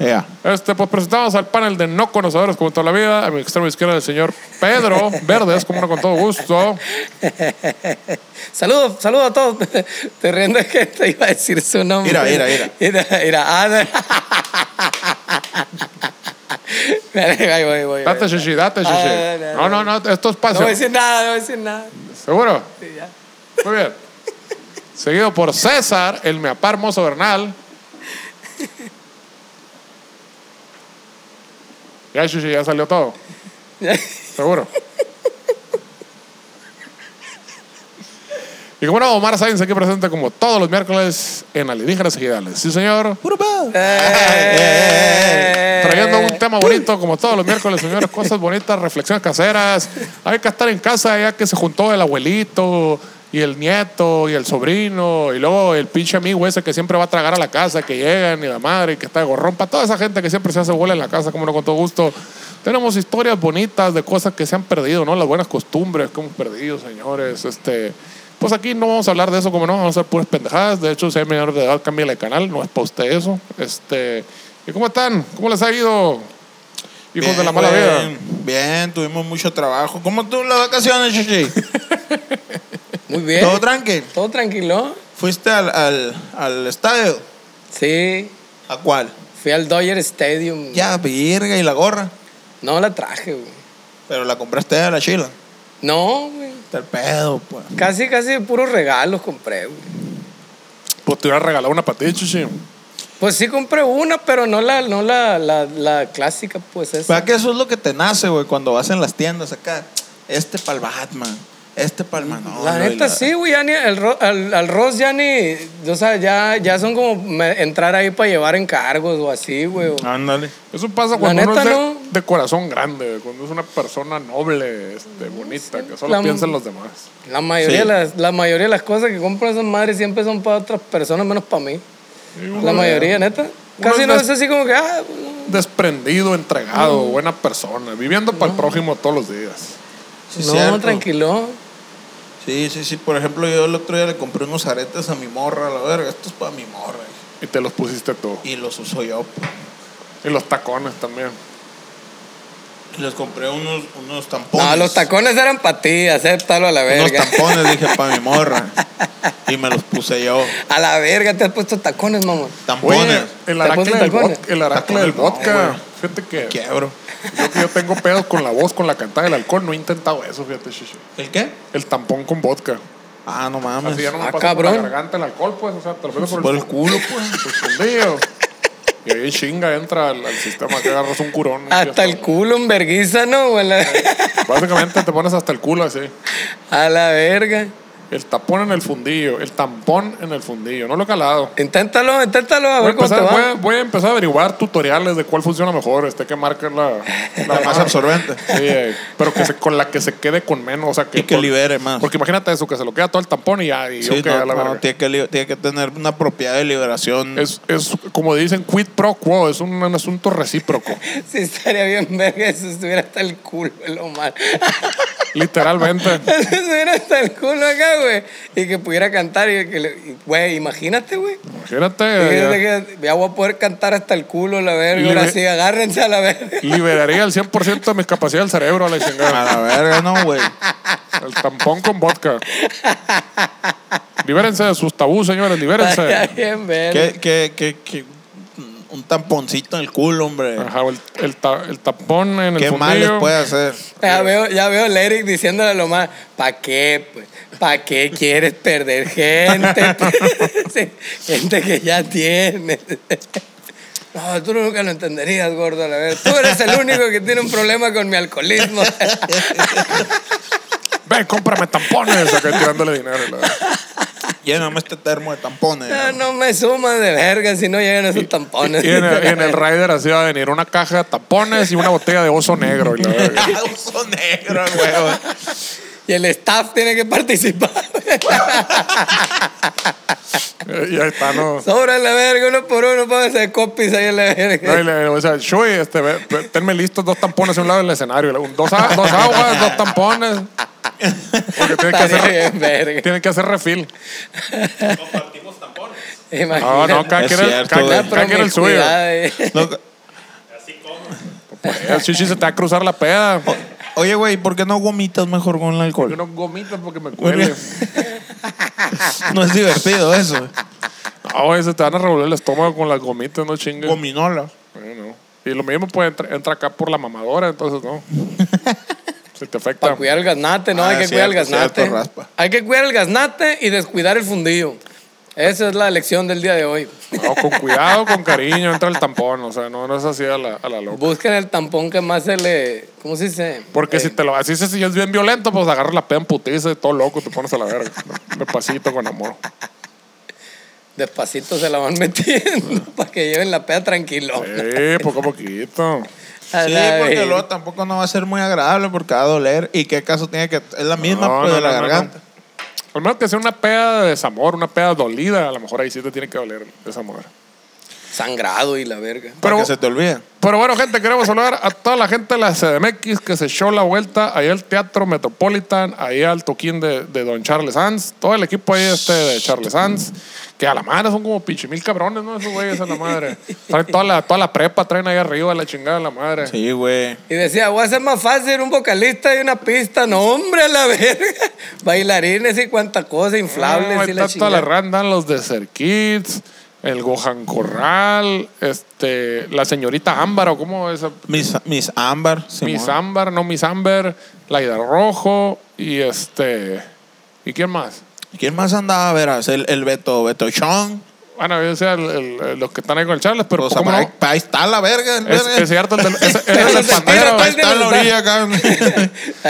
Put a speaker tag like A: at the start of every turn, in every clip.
A: Ya.
B: Este, pues presentamos al panel de no conocedores como toda la vida. A mi extrema izquierda, el señor Pedro Verdes, como no con todo gusto.
C: Saludos, saludos a todos. Te riendo de que te iba a decir su nombre.
A: Mira, mira, mira.
C: Mira, mira. Ah, no. Dale, ahí voy, ahí voy. ahí
B: Date,
C: voy.
B: Shishi, date,
C: Ah,
B: Shishi. No, no, no, esto es
C: No
B: espacio.
C: voy a decir nada, no voy a decir nada.
B: ¿Seguro?
C: Sí, ya.
B: Muy bien. Seguido por César, el meapá hermoso Bernal. Ya, Chuchi, ya salió todo. Seguro. Y como no, Omar Sainz aquí presente como todos los miércoles en Alienígenas Ejidales. Sí, señor. Trayendo un tema bonito como todos los miércoles, señores. Cosas bonitas, reflexiones caseras. Hay que estar en casa ya que se juntó el abuelito y el nieto y el sobrino y luego el pinche amigo ese que siempre va a tragar a la casa, que llegan y la madre y que está de gorrón. Para toda esa gente que siempre se hace bola en la casa, como no con todo gusto. Tenemos historias bonitas de cosas que se han perdido, ¿no? Las buenas costumbres que hemos perdido, señores. Este... Pues aquí no vamos a hablar de eso, como no, vamos a hacer puras pendejadas. De hecho, si hay menor de edad, cambia de canal, no es poste eso. Este, ¿Y cómo están? ¿Cómo les ha ido? Hijos
A: Bien,
B: de la mala
A: güey.
B: vida.
A: Bien, tuvimos mucho trabajo. ¿Cómo tú las vacaciones, Chichi?
C: Muy bien.
A: ¿Todo tranqui?
C: Todo tranquilo.
A: ¿Fuiste al, al, al estadio?
C: Sí.
A: ¿A cuál?
C: Fui al Dodger Stadium.
A: Ya, virga, y la gorra.
C: No la traje, güey.
A: Pero la compraste a la chila.
C: No, güey.
A: Está el pedo, pues.
C: Casi, casi puros regalos compré, güey.
B: Pues te hubiera regalado una para ti, chichi.
C: Pues sí compré una, pero no la, no la, la, la clásica, pues esa.
A: ¿Para que eso es lo que te nace, güey, cuando vas en las tiendas acá? Este para el Batman, este para el Manolo.
C: La
A: y
C: neta sí, güey, ya ni el ro- al, al Ross ya ni, o sea, ya, ya son como me- entrar ahí para llevar encargos o así, güey. o-
A: Ándale.
B: Eso pasa cuando uno
C: neta,
B: es de,
C: no.
B: de corazón grande, cuando es una persona noble, este, bonita, que solo
C: La-
B: piensa en los demás.
C: La
A: Sí.
C: mayoría, de las, la mayoría de las cosas que compran esas madres siempre son para otras personas, menos para mí. La mayoría, neta. Casi
B: es
C: no
B: más-
C: es así como que, ah, pues, no.
B: Desprendido, entregado, buena persona, viviendo para el prójimo todos los días.
A: Sí,
C: no,
A: cierto.
C: tranquilo.
A: Sí, sí, sí. Por ejemplo, yo el otro día le compré unos aretes a mi morra, la verga. Esto es para mi morra.
B: Y te los pusiste tú.
A: Y los uso yo. pues.
B: Y los tacones también.
A: Y les compré unos, unos tampones.
C: No, los tacones eran para ti, acéptalo a la
A: Unos
C: verga.
A: tampones, dije, para mi morra. Y me los puse yo.
C: A la verga, te has puesto tacones, mamón.
A: Tampones.
B: Oye, el
C: ¿Te pones
B: aracle del,
C: tacones?
B: vodka, el aracle
A: Tacones
B: del
A: no,
B: vodka.
A: güey.
B: fíjate que
A: Quiebro.
B: yo que yo tengo pedos con la voz, con la cantada del alcohol, no he intentado eso, fíjate, shishi.
A: ¿El qué?
B: El tampón con vodka.
A: Ah, no mames.
B: Así ya no me
C: Ah,
B: pasa por la
C: cabrón.
B: garganta el alcohol, pues, o sea, te lo meto por,
A: Por
B: el
A: el culo, pues.
B: fundillo. Y ahí chinga entra al, al sistema que agarras un curón. un
C: Hasta el
B: fiestón.
C: culo en verguiza, ¿no? güey? A la,
B: Básicamente te pones hasta el culo así.
C: a la verga.
B: El tapón en el fundillo, el tampón en el fundillo, no lo he calado.
C: Inténtalo, inténtalo, a
B: Voy a,
C: ver cómo te
B: empezar, voy,
C: va.
B: a, voy a empezar a averiguar tutoriales de cuál funciona mejor, este que marca la,
A: La más absorbente.
B: Sí, eh, pero que se- con la que se quede con menos, o sea, que,
A: Y que
B: con-
A: libere más.
B: Porque imagínate eso, que se lo queda todo el tampón y ya, y
A: Sí,
B: ok, a
A: no,
B: la
A: no,
B: verga.
A: tiene, que li- tiene que tener una propiedad de liberación.
B: es, es como dicen, quid pro quo, es un, un asunto recíproco.
C: Sí, estaría bien verga si estuviera hasta el culo el Omar.
B: Literalmente.
C: Se hubiera hasta el culo acá, güey. Y que pudiera cantar. Y que, le- y, güey, imagínate, güey.
B: Imagínate. eh,
C: Fíjate que Ya voy a poder cantar hasta el culo, la verga.
B: Libre-
C: Ahora sí, agárrense a la verga.
B: Liberaría el 100% de mis capacidades del cerebro a la
A: A
B: chingada.
A: la verga, no, güey.
B: El tampón con vodka. Libérense de sus tabús, señores,
C: Estaría
B: libérense.
C: bien, verga.
A: ¿Qué, qué, qué, qué- Un tamponcito en el culo, hombre.
B: Ajá, el, el, ta- el tapón en el
A: Qué mal les
B: fundillo.
A: puede hacer.
C: Ya veo, ya veo el Eric diciéndole a lo más, ¿pa' qué? Pues? ¿Pa' qué quieres perder gente? gente que ya tienes. No, tú nunca lo entenderías, gordo, la verdad. Tú eres el único que tiene un problema con mi alcoholismo.
B: Ven, cómprame tampones. Acá tirándole dinero. la verdad.
A: Lléname este termo de tampones.
C: No, no me suman de verga si no llegan esos tampones.
B: Y en el, y en el rider así va a venir una caja de tampones y una botella de oso negro. y la verga.
A: Uso negro, güey.
C: Y el staff tiene que participar.
B: Y ahí está, ¿no?
C: Sobra la verga, uno por uno, pónganse copies ahí en la
B: No, y
C: verga.
B: le, o sea, Shui, este, ve- ve- tenme listos dos tampones a un lado del escenario. Y le- un- Dos, a- dos aguas, dos tampones. Porque tienen que
C: Estaría
B: hacer,
C: bien, verga.
B: tienen que hacer refil. No,
C: Imagínate.
B: no, cada
A: Es
B: quien era-
A: cierto,
B: cada-
A: güey.
C: La
B: cada quien era el suyo.
C: promiscuidad, eh.
A: No,
B: El chichi se te va a cruzar la peda.
A: Oye, güey, ¿por qué no vomitas mejor con el
B: Yo
A: alcohol?
B: no gomito porque me
A: Bueno.
B: cuelgue.
A: No es divertido eso.
B: Ah, güey, se te van a revolver el estómago con las gomitas, no chingues.
A: Gominola.
B: Bueno. Y lo mismo puede entrar acá por la mamadora, entonces no. Se te
C: Para
B: afecta.
C: cuidar el gaznate, no,
A: Ah,
C: hay que
A: cierto,
C: cuidar el gaznate.
A: cierto, raspa.
C: Hay que cuidar el gaznate y descuidar el fundillo. Esa es la lección del día de hoy.
B: No, con cuidado, con cariño, entra el tampón. O sea, no, no es así a la, a la loca.
C: Busquen el tampón que más se le. ¿Cómo se dice?
B: Porque
C: Eh,
B: si te lo así si si es bien violento, pues agarras la peda en putiza y todo loco, te pones a la verga. Me pasito con amor.
C: Despacito se la van metiendo
A: Ah.
C: para que lleven la peda tranquilo.
B: Sí, poco a poquito.
C: A
A: Sí,
C: la
A: porque
C: vez.
A: luego tampoco no va a ser muy agradable porque va a doler. ¿Y qué caso tiene que.? Es la misma,
B: No,
A: pues,
B: no,
A: de la
B: no, no,
A: garganta.
B: Al menos que sea una peda de desamor, una peda dolida, a lo mejor ahí sí te tiene que doler el desamor.
C: Sangrado y la verga.
A: Para
B: Pero-
A: que se te olvide.
B: Pero bueno, gente, queremos saludar a toda la gente de la CDMX que se echó la vuelta ahí al Teatro Metropolitan, ahí al toquín de, de Don Charles Sanz, todo el equipo ahí este de Charles Sanz, que a la madre son como pichimil cabrones, ¿no? Esos güeyes a la madre. Traen toda la, toda la prepa, traen ahí arriba la chingada de la madre.
A: Sí, güey.
C: Y decía, voy a ser más fácil un vocalista y una pista. No, hombre, a la verga. Bailarines y cuanta cosa, inflables
A: Ah,
B: No, ahí
C: y la
B: está toda la
C: chingada.
B: randa, los Desert Kids, el Gohan Corral, este, la señorita Ámbar, o cómo es.
A: Mis, mis ámbar. Simón.
B: Miss Ámbar, no Miss Ámbar, Laida Rojo y este. ¿Y quién más?
A: ¿Quién más andaba? Verás, el, el Beto, Beto Chong.
B: Bueno, yo decía el- el- los que están ahí con el Charles, pero
A: O sea,
B: ¿cómo
A: ahí,
B: no?
A: ahí está la verga. el
B: Es,
A: verga.
B: es cierto, el del, ese- ese
C: Pero
B: es el
C: se tira
B: pandero. eh.
A: Ahí
C: todo el
A: está la
C: del-
A: orilla, acá.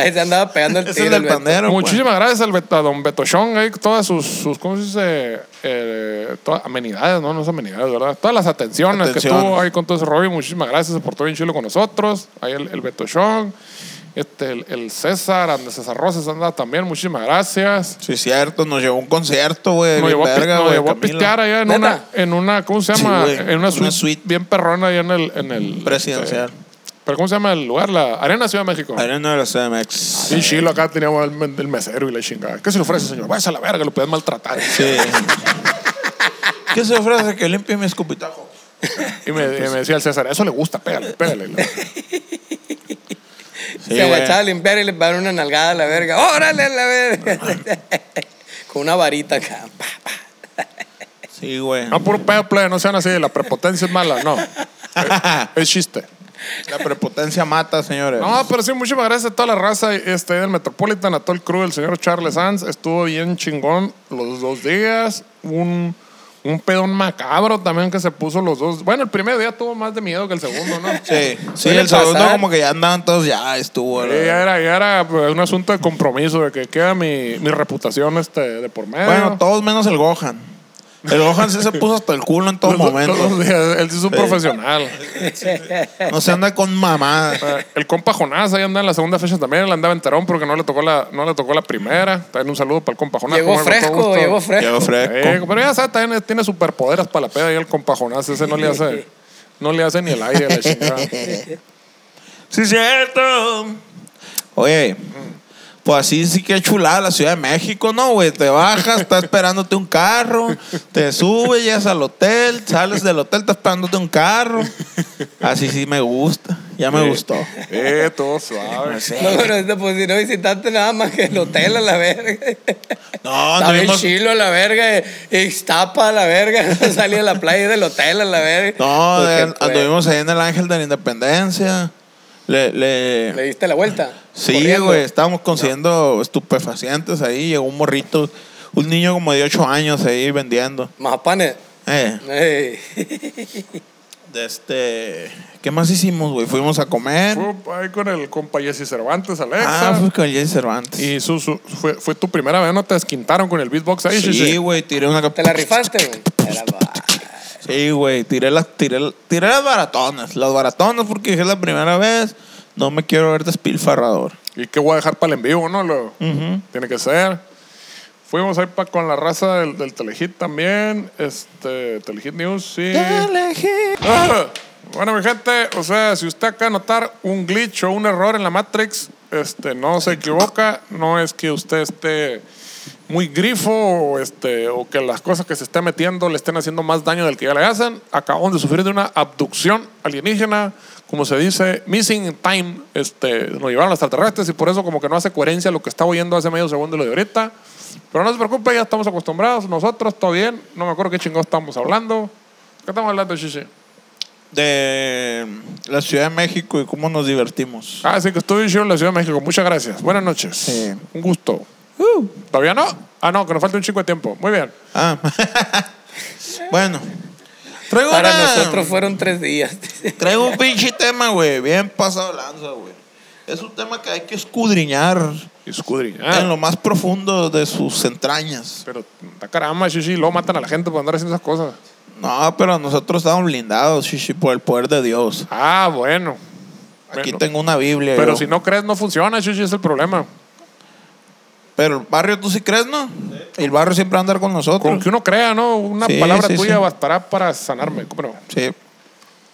C: Ahí se andaba pegando el
A: es
C: tiro.
A: el del
C: el Beto.
A: pandero. pues.
B: Muchísimas gracias al Bet- a don Betochón, ahí todas sus, sus ¿cómo se dice? Eh, todas amenidades, no, no son amenidades, ¿verdad? Todas las atenciones
A: Atenciones.
B: que tuvo ahí con todo ese rollo, muchísimas gracias, se portó bien chilo con nosotros, ahí el, el Betochón, este, el, el César, and- César Rosas anda también, muchísimas gracias.
A: Sí, cierto, nos llevó a un concierto, güey.
B: Nos
A: bien
B: llevó, a, pi-
A: verga,
B: nos
A: güey,
B: llevó a
A: Camilo.
B: pistear allá en
C: ¿Neta?
B: una, en una, ¿cómo se
A: Sí,
B: llama?
A: güey,
B: en una
A: una
B: suite,
A: suite.
B: bien perrona allá en el... En el
A: Presidencial.
B: este, ¿Pero cómo se llama el lugar? La Arena Ciudad de México.
A: Arena de la CMX.
B: Sí, chilo, acá teníamos el, men- el mesero y la chingada. ¿Qué se le ofrece, señor? Váyase a la verga, lo pueden maltratar.
A: Sí. ¿Qué se ofrece que limpie mi escupitajo?
B: Y me, y me decía el César, eso le gusta, pégale, pégale.
A: Sí,
C: se
A: güey.
C: agachaba a limpiar y le pegaron una nalgada a la verga. ¡Órale, a la verga! Con una varita acá. Pa, pa.
A: Sí, güey.
B: No, puro pedo, play, no sean así, la prepotencia es mala, no. Es chiste.
A: La prepotencia mata, señores.
B: No, pero sí, muchísimas gracias a toda la raza este, del Metropolitan, a todo el crew, el señor Charles Sanz. Estuvo bien chingón los dos días. Un, un pedón macabro también que se puso los dos. Bueno, el primer día tuvo más de miedo que el segundo, ¿no?
A: Sí, sí,
C: Suele
A: el segundo
C: pasar.
A: como que ya andaban todos, ya estuvo.
B: Sí,
A: la-
B: ya era, ya era pues, un asunto de compromiso, de que queda mi, mi reputación este, de por medio.
A: Bueno, todos menos el Gohan. El Gohan sí se puso hasta el culo en todo
B: Los dos-
A: momento.
B: todos los días, él sí es un
A: Sí.
B: profesional.
A: No se anda con mamá.
B: Eh, El compa Jonás ahí anda en la segunda fecha también, él andaba enterón porque no le tocó la, no le tocó la primera. También un saludo para el compa Jonás.
C: Llegó
B: como algo, todo
C: fresco,
B: gusto.
C: llegó fresco.
A: Llegó
B: Eh,
A: fresco.
B: pero ya sabe, también tiene superpoderes para la peda y el compa Jonás ese no le hace, no le hace ni el aire a la chingada.
A: Sí, cierto. Oye, Pues así sí que chulada la Ciudad de México, ¿no, güey? Te bajas, está esperándote un carro, te subes, llegas al hotel, sales del hotel, está esperándote un carro. Así sí me gusta, ya me gustó.
B: Eh, todo suave.
A: No, sé.
C: No, pero esto, pues si no visitaste nada más que el hotel a la verga.
A: Ah, No,
C: Estaba en
A: anduvimos-
C: Chilo a la verga, Ixtapa a la verga, no salí a la playa del hotel a la verga.
A: no,
C: Pues, ¿qué
A: eh,
C: fue?
A: anduvimos ahí en el Ángel de la Independencia. Le, le-
C: ¿Le diste la vuelta?
A: Sí,
C: Corriendo.
A: güey, estábamos consiguiendo estupefacientes ahí, llegó un morrito, un niño como de 8 años ahí vendiendo.
C: Mazapanes.
A: Eh,
C: Ey.
A: de este, ¿qué más hicimos, güey? Fuimos a comer.
B: Fue ahí con el compa Jesse Cervantes, Alexa.
A: Ah, fue con Jesse Cervantes.
B: Y su, su- fue, fue tu primera vez, ¿no? Te desquintaron con el beatbox ahí,
A: Sí,
B: Shishi?
A: güey, tiré una
C: ¿Te la rifaste, güey? Era va-
A: Sí, güey, tiré las tiré, tiré las baratonas, las baratonas porque dije la primera vez, no me quiero ver despilfarrador.
B: ¿Y qué voy a dejar para el en vivo, no? Lo, Tiene que ser. Fuimos ahí pa- con la raza del, del Telehit también. Este, Telehit News, sí. Ah, Bueno, mi gente, o sea, si usted acaba de notar un glitch o un error en la Matrix, este, no se equivoca. No es que usted esté muy grifo o, este, o que las cosas que se esté metiendo le estén haciendo más daño del que ya le hacen. Acabamos de sufrir de una abducción alienígena, como se dice, missing in time. Este, nos llevaron los extraterrestres y por eso como que no hace coherencia lo que estaba oyendo hace medio segundo y lo de ahorita. Pero no se preocupe, ya estamos acostumbrados. Nosotros, todo bien. No me acuerdo qué chingados estamos hablando. ¿Qué estamos hablando, Shishi?
A: De la Ciudad de México y cómo nos divertimos.
B: Ah, sí, que estuve yo en la Ciudad de México. Muchas gracias. Buenas noches.
A: Sí.
B: Un gusto. ¿Todavía no? Ah, no, que nos falta un chico de tiempo. Muy bien.
A: Ah, bueno. Traigo,
C: Para
A: una-
C: nosotros fueron tres días.
A: traigo un pinche tema, güey, bien pasado de lanza, güey. Es un tema que hay que escudriñar en lo más profundo de sus entrañas.
B: Pero, ta caramba, Shishi, luego matan a la gente por andar haciendo esas cosas.
A: No, pero nosotros estamos blindados, shishi, por el poder de Dios.
B: Ah, bueno.
A: Aquí
B: Bueno.
A: tengo una Biblia.
B: Pero
A: yo.
B: si no crees, no funciona, Shishi, es el problema.
A: Pero el barrio, tú sí crees, ¿no? El barrio siempre va a andar con nosotros.
B: Con que uno crea, ¿no? Una
A: Sí,
B: palabra
A: sí,
B: tuya
A: sí.
B: bastará para sanarme. ¿Cómo no?
A: Sí.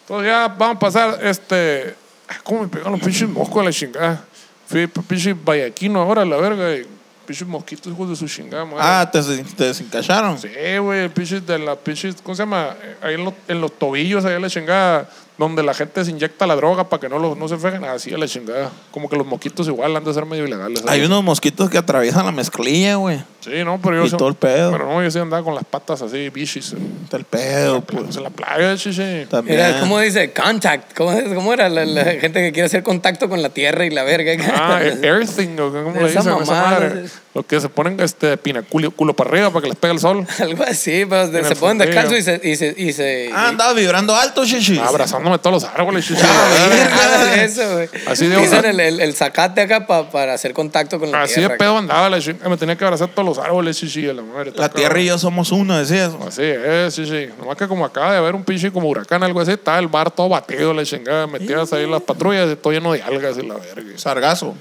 B: Entonces ya vamos a pasar, este... ah, ¿Cómo me pegaron los pinches moscos a la chingada? Fui pa- pinche vallaquino ahora, la verga. y Pinches mosquitos, hijos de su chingada. madre.
A: Ah, te, des- te desencacharon.
B: Sí, güey, pinches de la pinches, ¿cómo se llama? Eh, Ahí en los, en los tobillos, ahí en la chingada, donde la gente se inyecta la droga para que no, los, no se enfermen, así a la chingada. Como que los mosquitos igual han de ser medio ilegales. ¿sabes?
A: Hay unos mosquitos que atraviesan la mezclilla, güey.
B: Sí, no, pero yo.
A: Y todo el pedo.
B: Pero no, yo sí andaba con las patas así, bichis. En,
A: Está el pedo, pues.
B: en la playa, chiche.
A: También.
C: Era, ¿cómo dice? Contact. ¿Cómo, es? ¿Cómo era la, la gente que quiere hacer contacto con la tierra y la verga?
B: Ah, e- earthing, o ¿cómo le
C: Esa
B: dicen a esa
C: mamada,
B: madre?
C: sí.
B: Los que se ponen este pinaculio, culo para arriba para que les pegue el sol.
C: Algo así, pero se,
B: el
C: se ponen
B: fundillo.
C: descalzo y se... Y se, y se
A: Ah, andaba vibrando alto, shishi.
B: Abrazándome todos los árboles, Ah, chiche.
A: Ah,
C: Nada de eso, güey.
B: Así de-
C: Usan el, el, el zacate acá pa- para hacer contacto con la
B: Así de
C: tierra.
B: pedo andaba, la chingada. Me tenía que abrazar todos los árboles, chiche. La, madre,
A: la
B: está
A: tierra
B: cabrón.
A: y yo somos uno, decías.
B: Así es, sí, sí. Nomás que como acaba de haber un pinche como huracán, algo así, estaba el bar todo batido, la chingada, metidas ahí las patrullas, y todo lleno de algas y la verga.
A: Sargazo.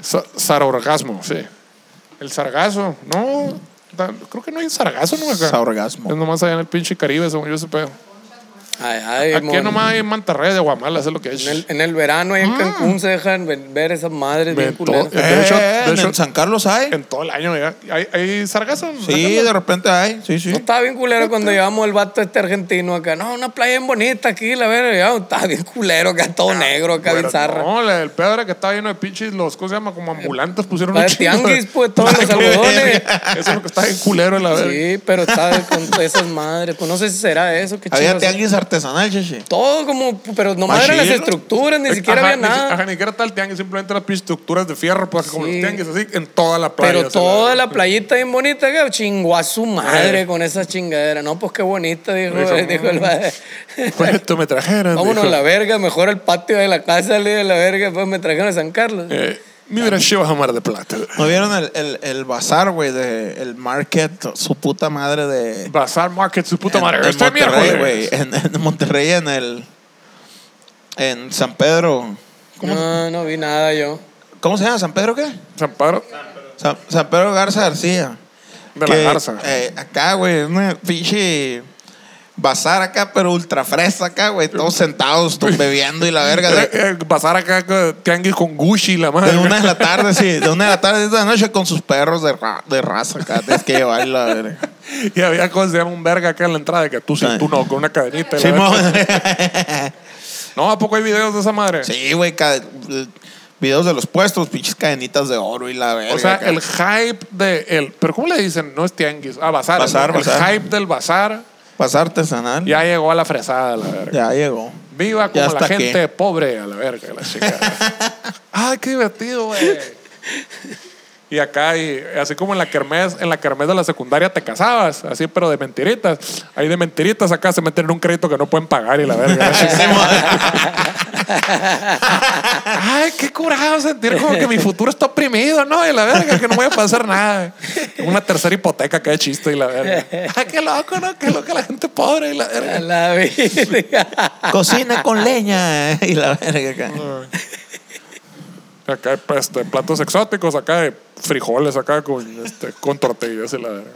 B: Sa- Sarorgasmo, sí. El sargazo, no. da- Creo que no hay sargazo, ¿no? Acá. Es
A: Sargasmo.
B: nomás allá en el pinche Caribe, según yo ese pedo.
C: Ay, ay,
B: Aquí
C: mon.
B: nomás Mm. hay mantarrayas de guamala, eso es lo que es.
C: En el, en el verano ahí en Cancún se dejan ver- ver esas madres bien
B: Ven, todo-
C: culeras.
B: De hecho- de
A: Eh, en
B: hecho-
A: el San Carlos hay.
B: En todo el año, ya. ¿Hay, hay sargazo? en San
A: Sí,
B: Carlos?
A: de repente hay. Sí, sí.
C: No, estaba bien culero cuando llevamos el vato este argentino acá. No, una playa bien bonita aquí, la verga. Ya, Estaba bien culero acá, todo negro acá, bien
B: Pero
C: zarra.
B: Ah, No, la- el pedo era que estaba lleno de pinches, los, ¿cómo se llama? Como ambulantes pusieron
C: La
B: un
C: de
B: chingo de-
C: tianguis, pues, todos los algodones.
B: Eso es lo que está en culero, la verga.
C: Sí, pero estaba con todas esas madres. Pues no sé si será eso, qué
A: Había
C: chido.
A: tianguis artesanal, shishi.
C: Todo como, pero nomás eran las
A: Machín.
C: estructuras, ni
B: Ajá,
C: siquiera había
B: si-
C: nada.
B: Ajá, ni siquiera tal tianguis, simplemente las pinches estructuras de fierro, pues como
C: Sí.
B: los tianguis, así, en toda la playa.
C: Pero
B: o sea,
C: toda
B: la-
C: la playita bien bonita, que chingó a su madre
B: Eh.
C: con esa chingadera. No, pues qué bonita, dijo,
B: Dijo,
C: dijo el
B: mm.
C: padre.
B: Pues esto me trajeron.
C: Vámonos a
B: dijo.
C: la verga, mejor el patio de la casa, le de la verga, pues me trajeron a San Carlos.
B: Eh, me hubieran llevado a Mar de Plata.
A: ¿No vieron el, el, el bazar, güey, de el market, su puta madre de...
B: Bazar Market, su puta
A: en-
B: madre.
A: En,
B: Este
A: Monterrey,
B: miércoles.
A: güey. En, en Monterrey, en el... En San Pedro. ¿Cómo,
C: No, no vi nada yo.
A: cómo se llama? ¿San Pedro qué?
B: San Pedro
A: San, San Pedro Garza García.
B: de
A: Que,
B: la Garza.
A: eh, acá, güey, una pinche... bazar acá, pero ultra fresa acá, güey. Todos sentados, todos bebiendo y la verga.
B: Eh,
A: De,
B: eh, Pasar acá con- tianguis con Gucci, la madre.
A: de una de la tarde, sí. De una de la tarde, diez de la noche con sus perros de, ra- de raza acá. Tienes que llevar la verga.
B: Y había cosas, se llama un verga acá en la entrada, que tú sí,
A: Ay.
B: tú no, con una cadenita. y la
A: Simón.
B: verga. No, ¿a poco hay videos de esa madre?
A: Sí, güey. ca- eh, Videos de los puestos, pinches cadenitas de oro y la verga.
B: O sea,
A: acá.
B: el hype de el. ¿Pero cómo le dicen? No es tianguis. Ah, bazar.
A: Bazar,
B: el, el
A: bazar.
B: hype del bazar
A: Pasar artesanal. Ya,
B: ya llegó a la fresada, la verga.
A: llegó.
B: Viva
A: Ya
B: como la
A: hasta
B: gente
A: qué.
B: pobre, a la verga, la chica. Ay, qué divertido, güey. Y acá, y así como en la kermés, en la kermés de la secundaria te casabas, así, pero de mentiritas. Ahí de mentiritas acá se meten en un crédito que no pueden pagar y la verga. la chica. Ay, qué curado sentir como que mi futuro está oprimido, ¿no? Y la verga, que no voy a pasar nada. Una tercera hipoteca, qué chiste y la verga. Ay, qué loco, ¿no? Qué loco la gente pobre y la verga.
C: A la verga.
A: Cocina con leña eh, y la verga acá.
B: Acá hay este, platos exóticos, acá hay frijoles, acá con, este, con tortillas y la verga.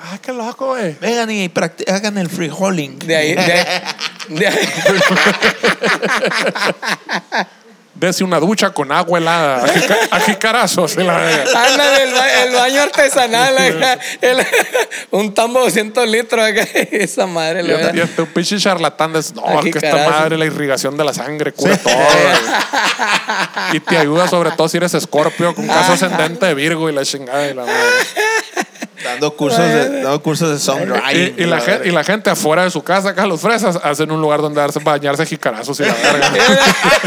B: Ah, qué loco, güey.
A: Vengan y practi- hagan el freeholding.
C: De ahí, de ahí. de ahí-
B: Dese una ducha con agua helada. Ajica- Ajicarazos y la verga.
C: Ándale, el, ba- el baño artesanal acá. El- un tambo de 200 litros acá. Esa madre,
B: Y
C: la
B: este- y
C: verdad.
B: este un pinche charlatán de no,
C: Ajicarazos.
B: que esta madre, la irrigación de la sangre cura todo. güey". Y te ayuda sobre todo si eres escorpio con caso ascendente de Virgo y la chingada y la madre.
A: Dando cursos de, dando cursos de songwriting.
B: Y, y la, gen- y la gente afuera de su casa, acá los fresas, hacen un lugar donde darse, bañarse jicarazos y la verga.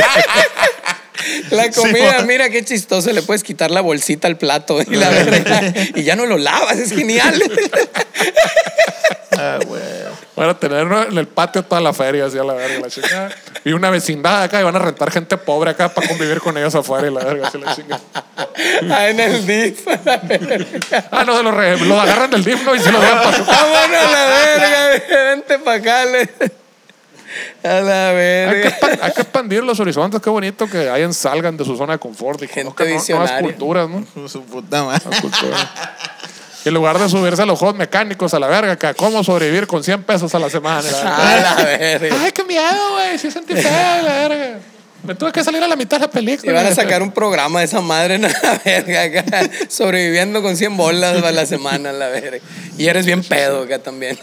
C: La comida,
A: bueno.
C: mira qué chistoso. Le puedes quitar la bolsita al plato y la verga. Y ya no lo lavas, es genial.
A: Ah, güey.
B: Van a tener ¿no? en el patio toda la feria, así a la verga, la chingada. Y una vecindad acá, y van a rentar gente pobre acá para convivir con ellos afuera y la verga, así la chingada.
C: Ah, en el DIF. la verga.
B: Ah, no, se los, re- los agarran del dimno y se los dejan para su casa.
C: Vámonos a la verga. Vente para acá. le- A la
B: Hay que,
C: verga.
B: expan- hay que expandir los horizontes, qué bonito que hayan salgan de su zona de confort y
C: Gente
B: conozcan no- nuevas
C: visionaria.
B: culturas, ¿no?
A: Su puta madre.
B: Cultura. En lugar de subirse a los juegos mecánicos a la verga, acá, ¿cómo sobrevivir con 100 pesos a la semana? La verga.
C: A la verga.
B: Ay, qué miedo, güey. Sí sentí feo, la verga. Me tuve que salir a la mitad de la
C: Y
B: película.
C: van a sacar un programa de esa madre en la verga acá, sobreviviendo con 100 bolas a la semana, a la verga. Y eres bien pedo acá también.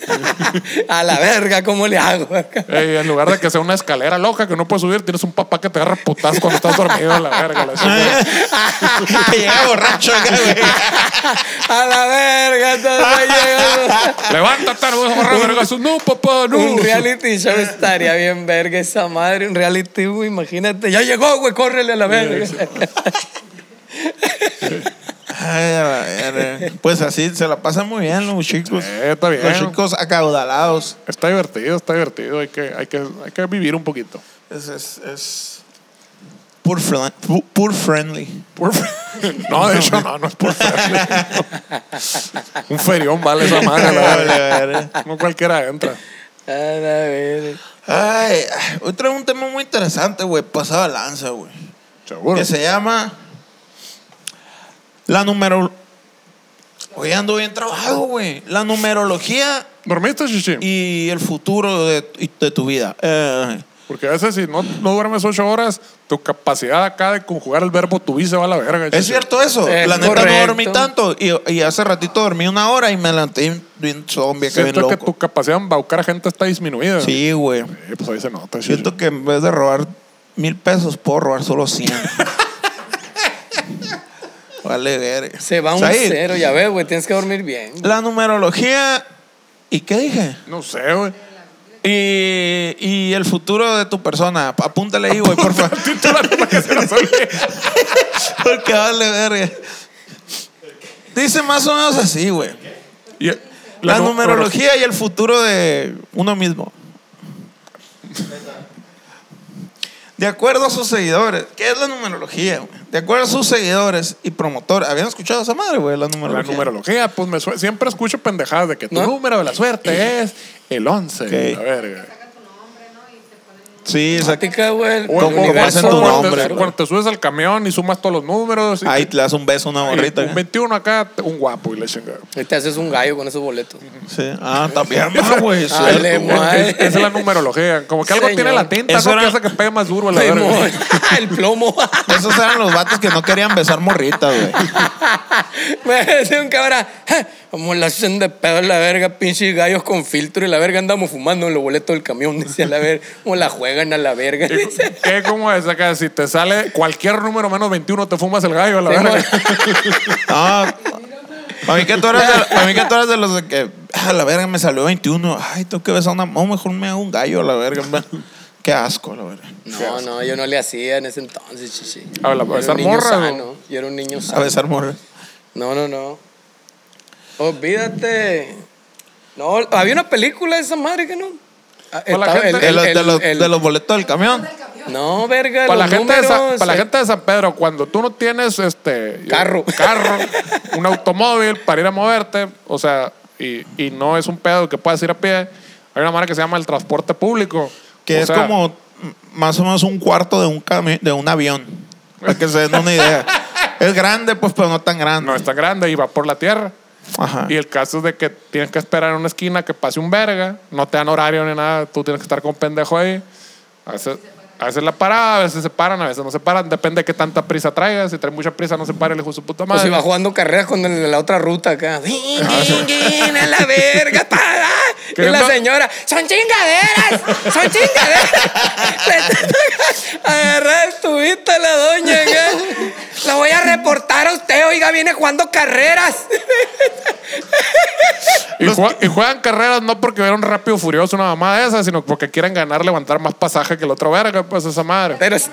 C: A la verga, ¿cómo le hago acá?
B: Ey, Eh, en lugar de que sea una escalera loca que no puedes subir, tienes un papá que te agarra putazos cuando estás dormido, la verga. La chingada.
A: Que llega borracho acá, güey.
C: A la verga, todo llegando.
B: Levántate, no vas a borrar vergazos. No, papá, no.
C: Un reality show estaría bien verga esa madre, un reality, güey, imagínate. Ya llegó, güey, córrele a la verga.
A: Ay, a la verga. Pues así se la pasan muy bien los chicos.
B: Eh, está bien.
A: Los chicos acaudalados.
B: Está divertido, está divertido. Hay que, hay que, hay que vivir un poquito.
A: Es. es, es... Poor, fri- pu- poor friendly.
B: Por- No, de hecho, no, no es por serle. Un ferión vale esa madre, la verga. No cualquiera entra.
C: A la verga.
A: Ay, ay, hoy traigo un tema muy interesante, güey. Pasado de lanza, güey.
B: Seguro.
A: Que se llama. La número. Hoy ando bien trabajado, güey. La numerología
B: ¿Dormiste, Chichi?
A: y el futuro de, y de tu vida. Eh,
B: Porque a veces si no, no duermes ocho horas, tu capacidad acá de conjugar el verbo tu se va a la verga.
A: es
B: chichi.
A: cierto eso.
C: Es
A: la neta no
C: correcto.
A: dormí tanto. Y, y hace ratito dormí una hora y me levanté bien zombie, que bien
B: Siento que tu
A: loco.
B: capacidad de embaucar a gente está disminuida.
A: Sí, güey.
B: Eh, pues ahí se nota. chichi.
A: Siento que en vez de robar mil pesos, puedo robar solo cien. vale, ver.
C: Se va un
A: Said,
C: cero, ya ves, güey, tienes que dormir bien.
A: La numerología. ¿Y qué dije?
B: No sé, güey.
A: Y, y el futuro de tu persona. Apúntale ahí, güey, por favor. Porque vale verga. Dice más o menos así, güey.
B: Y- eh,
A: La,
B: nu-
A: numerología y el futuro de uno mismo. De acuerdo a sus seguidores. ¿Qué es la numerología, güey? De acuerdo a sus seguidores y promotores. ¿Habían escuchado esa madre, güey? La
B: La
A: numerología.
B: numerología, pues me sue- siempre escucho pendejadas de que tu
C: ¿No?
B: número de la suerte es el 11.
A: Ok.
B: La verga.
D: saca tu nombre, ¿no? Y te ponen un
A: Sí, exacto.
C: Práctica, güey. el
B: O- o- cuando-
A: universo, tu
B: cuando-
A: nombre,
B: cuando,
A: güey.
B: te subes al camión y sumas todos los números. y-
A: Ahí le das un beso a una
B: y
A: morrita. eh.
B: un 21 acá, un guapo y la chingada.
C: Y te haces un gallo con esos boletos.
A: Sí. Ah, también, ma, güey.
C: Dale,
A: cierto.
C: ma. Ay.
B: Es- Esa es la numerología. Como que algo
C: Señor.
B: tiene la tinta,
A: Eso
B: ¿no? Que
A: era-
B: hace que pegue más duro a la
C: Simón.
B: verga.
C: el plomo.
A: Esos eran los vatos que no querían besar morritas, güey.
C: Me decía un cabra, "Ja, como la hacen de pedo la verga, pinches gallos con filtro y la verga andamos fumando en los boletos del camión, decía la verga, como la juegan a la verga, dice.
B: ¿Qué como es acá? Si te sale cualquier número menos 21, te fumas el gallo a la
C: Simón.
B: verga.
A: No. Para mí, que tú eras de, Ah, pa' mí que tú eras de los de que, a la verga, me salió 21. Ay, tengo que besar una. No, mejor me hago un gallo, a la verga. ma. Qué asco, la verga.
C: No, no, yo no le hacía en ese entonces, chichi.
B: A ver, ¿la-
C: Yo era
B: besar
C: un niño
B: morra,
C: sano, yo era un niño
A: A
C: sano.
A: besar morras.
C: No, no, no. Olvídate. No, había una película de esa madre que no. Ah,
B: Hola,
C: estaba
B: gente.
A: De los, de,
C: el-
A: los,
C: el-
A: de los boletos del camión.
C: No, verga,
B: Para la,
C: los
B: gente de San,
C: números,
B: para la
C: eh,
B: gente de San Pedro, cuando tú no tienes este
C: Carro.
B: carro, un automóvil para ir a moverte, o sea, y, y no es un pedo que puedas ir a pie, hay una manera que se llama el transporte público.
A: Que
B: O
A: es
B: sea,
A: como mm, más o menos un cuarto de un, cami- de un avión. Para que se den una idea. es grande, pues, pero no tan grande.
B: No es tan grande y va por la tierra.
A: Ajá.
B: Y el caso es de que tienes que esperar en una esquina que pase un verga, no te dan horario ni nada, tú tienes que estar con pendejo ahí. A veces, a veces la parada, a veces se paran, a veces no se paran, depende de qué tanta prisa traigas. Si traes mucha prisa, no se para el hijo de su puta
C: Pues
B: madre.
C: iba jugando carreras con el de la otra ruta acá. Vin, vin, vin, a la verga, para. Y
B: Que no-
C: la señora, son chingaderas, son chingaderas. Le toca Agarrar el tubito a la doña acá. Lo voy a reportar a usted, oiga, viene jugando carreras.
B: Y, jue- y juegan carreras no porque vieron rápido furioso una mamá de esas, sino porque quieren ganar, levantar más pasaje que el otro verga, pues esa madre.
C: Pero, es-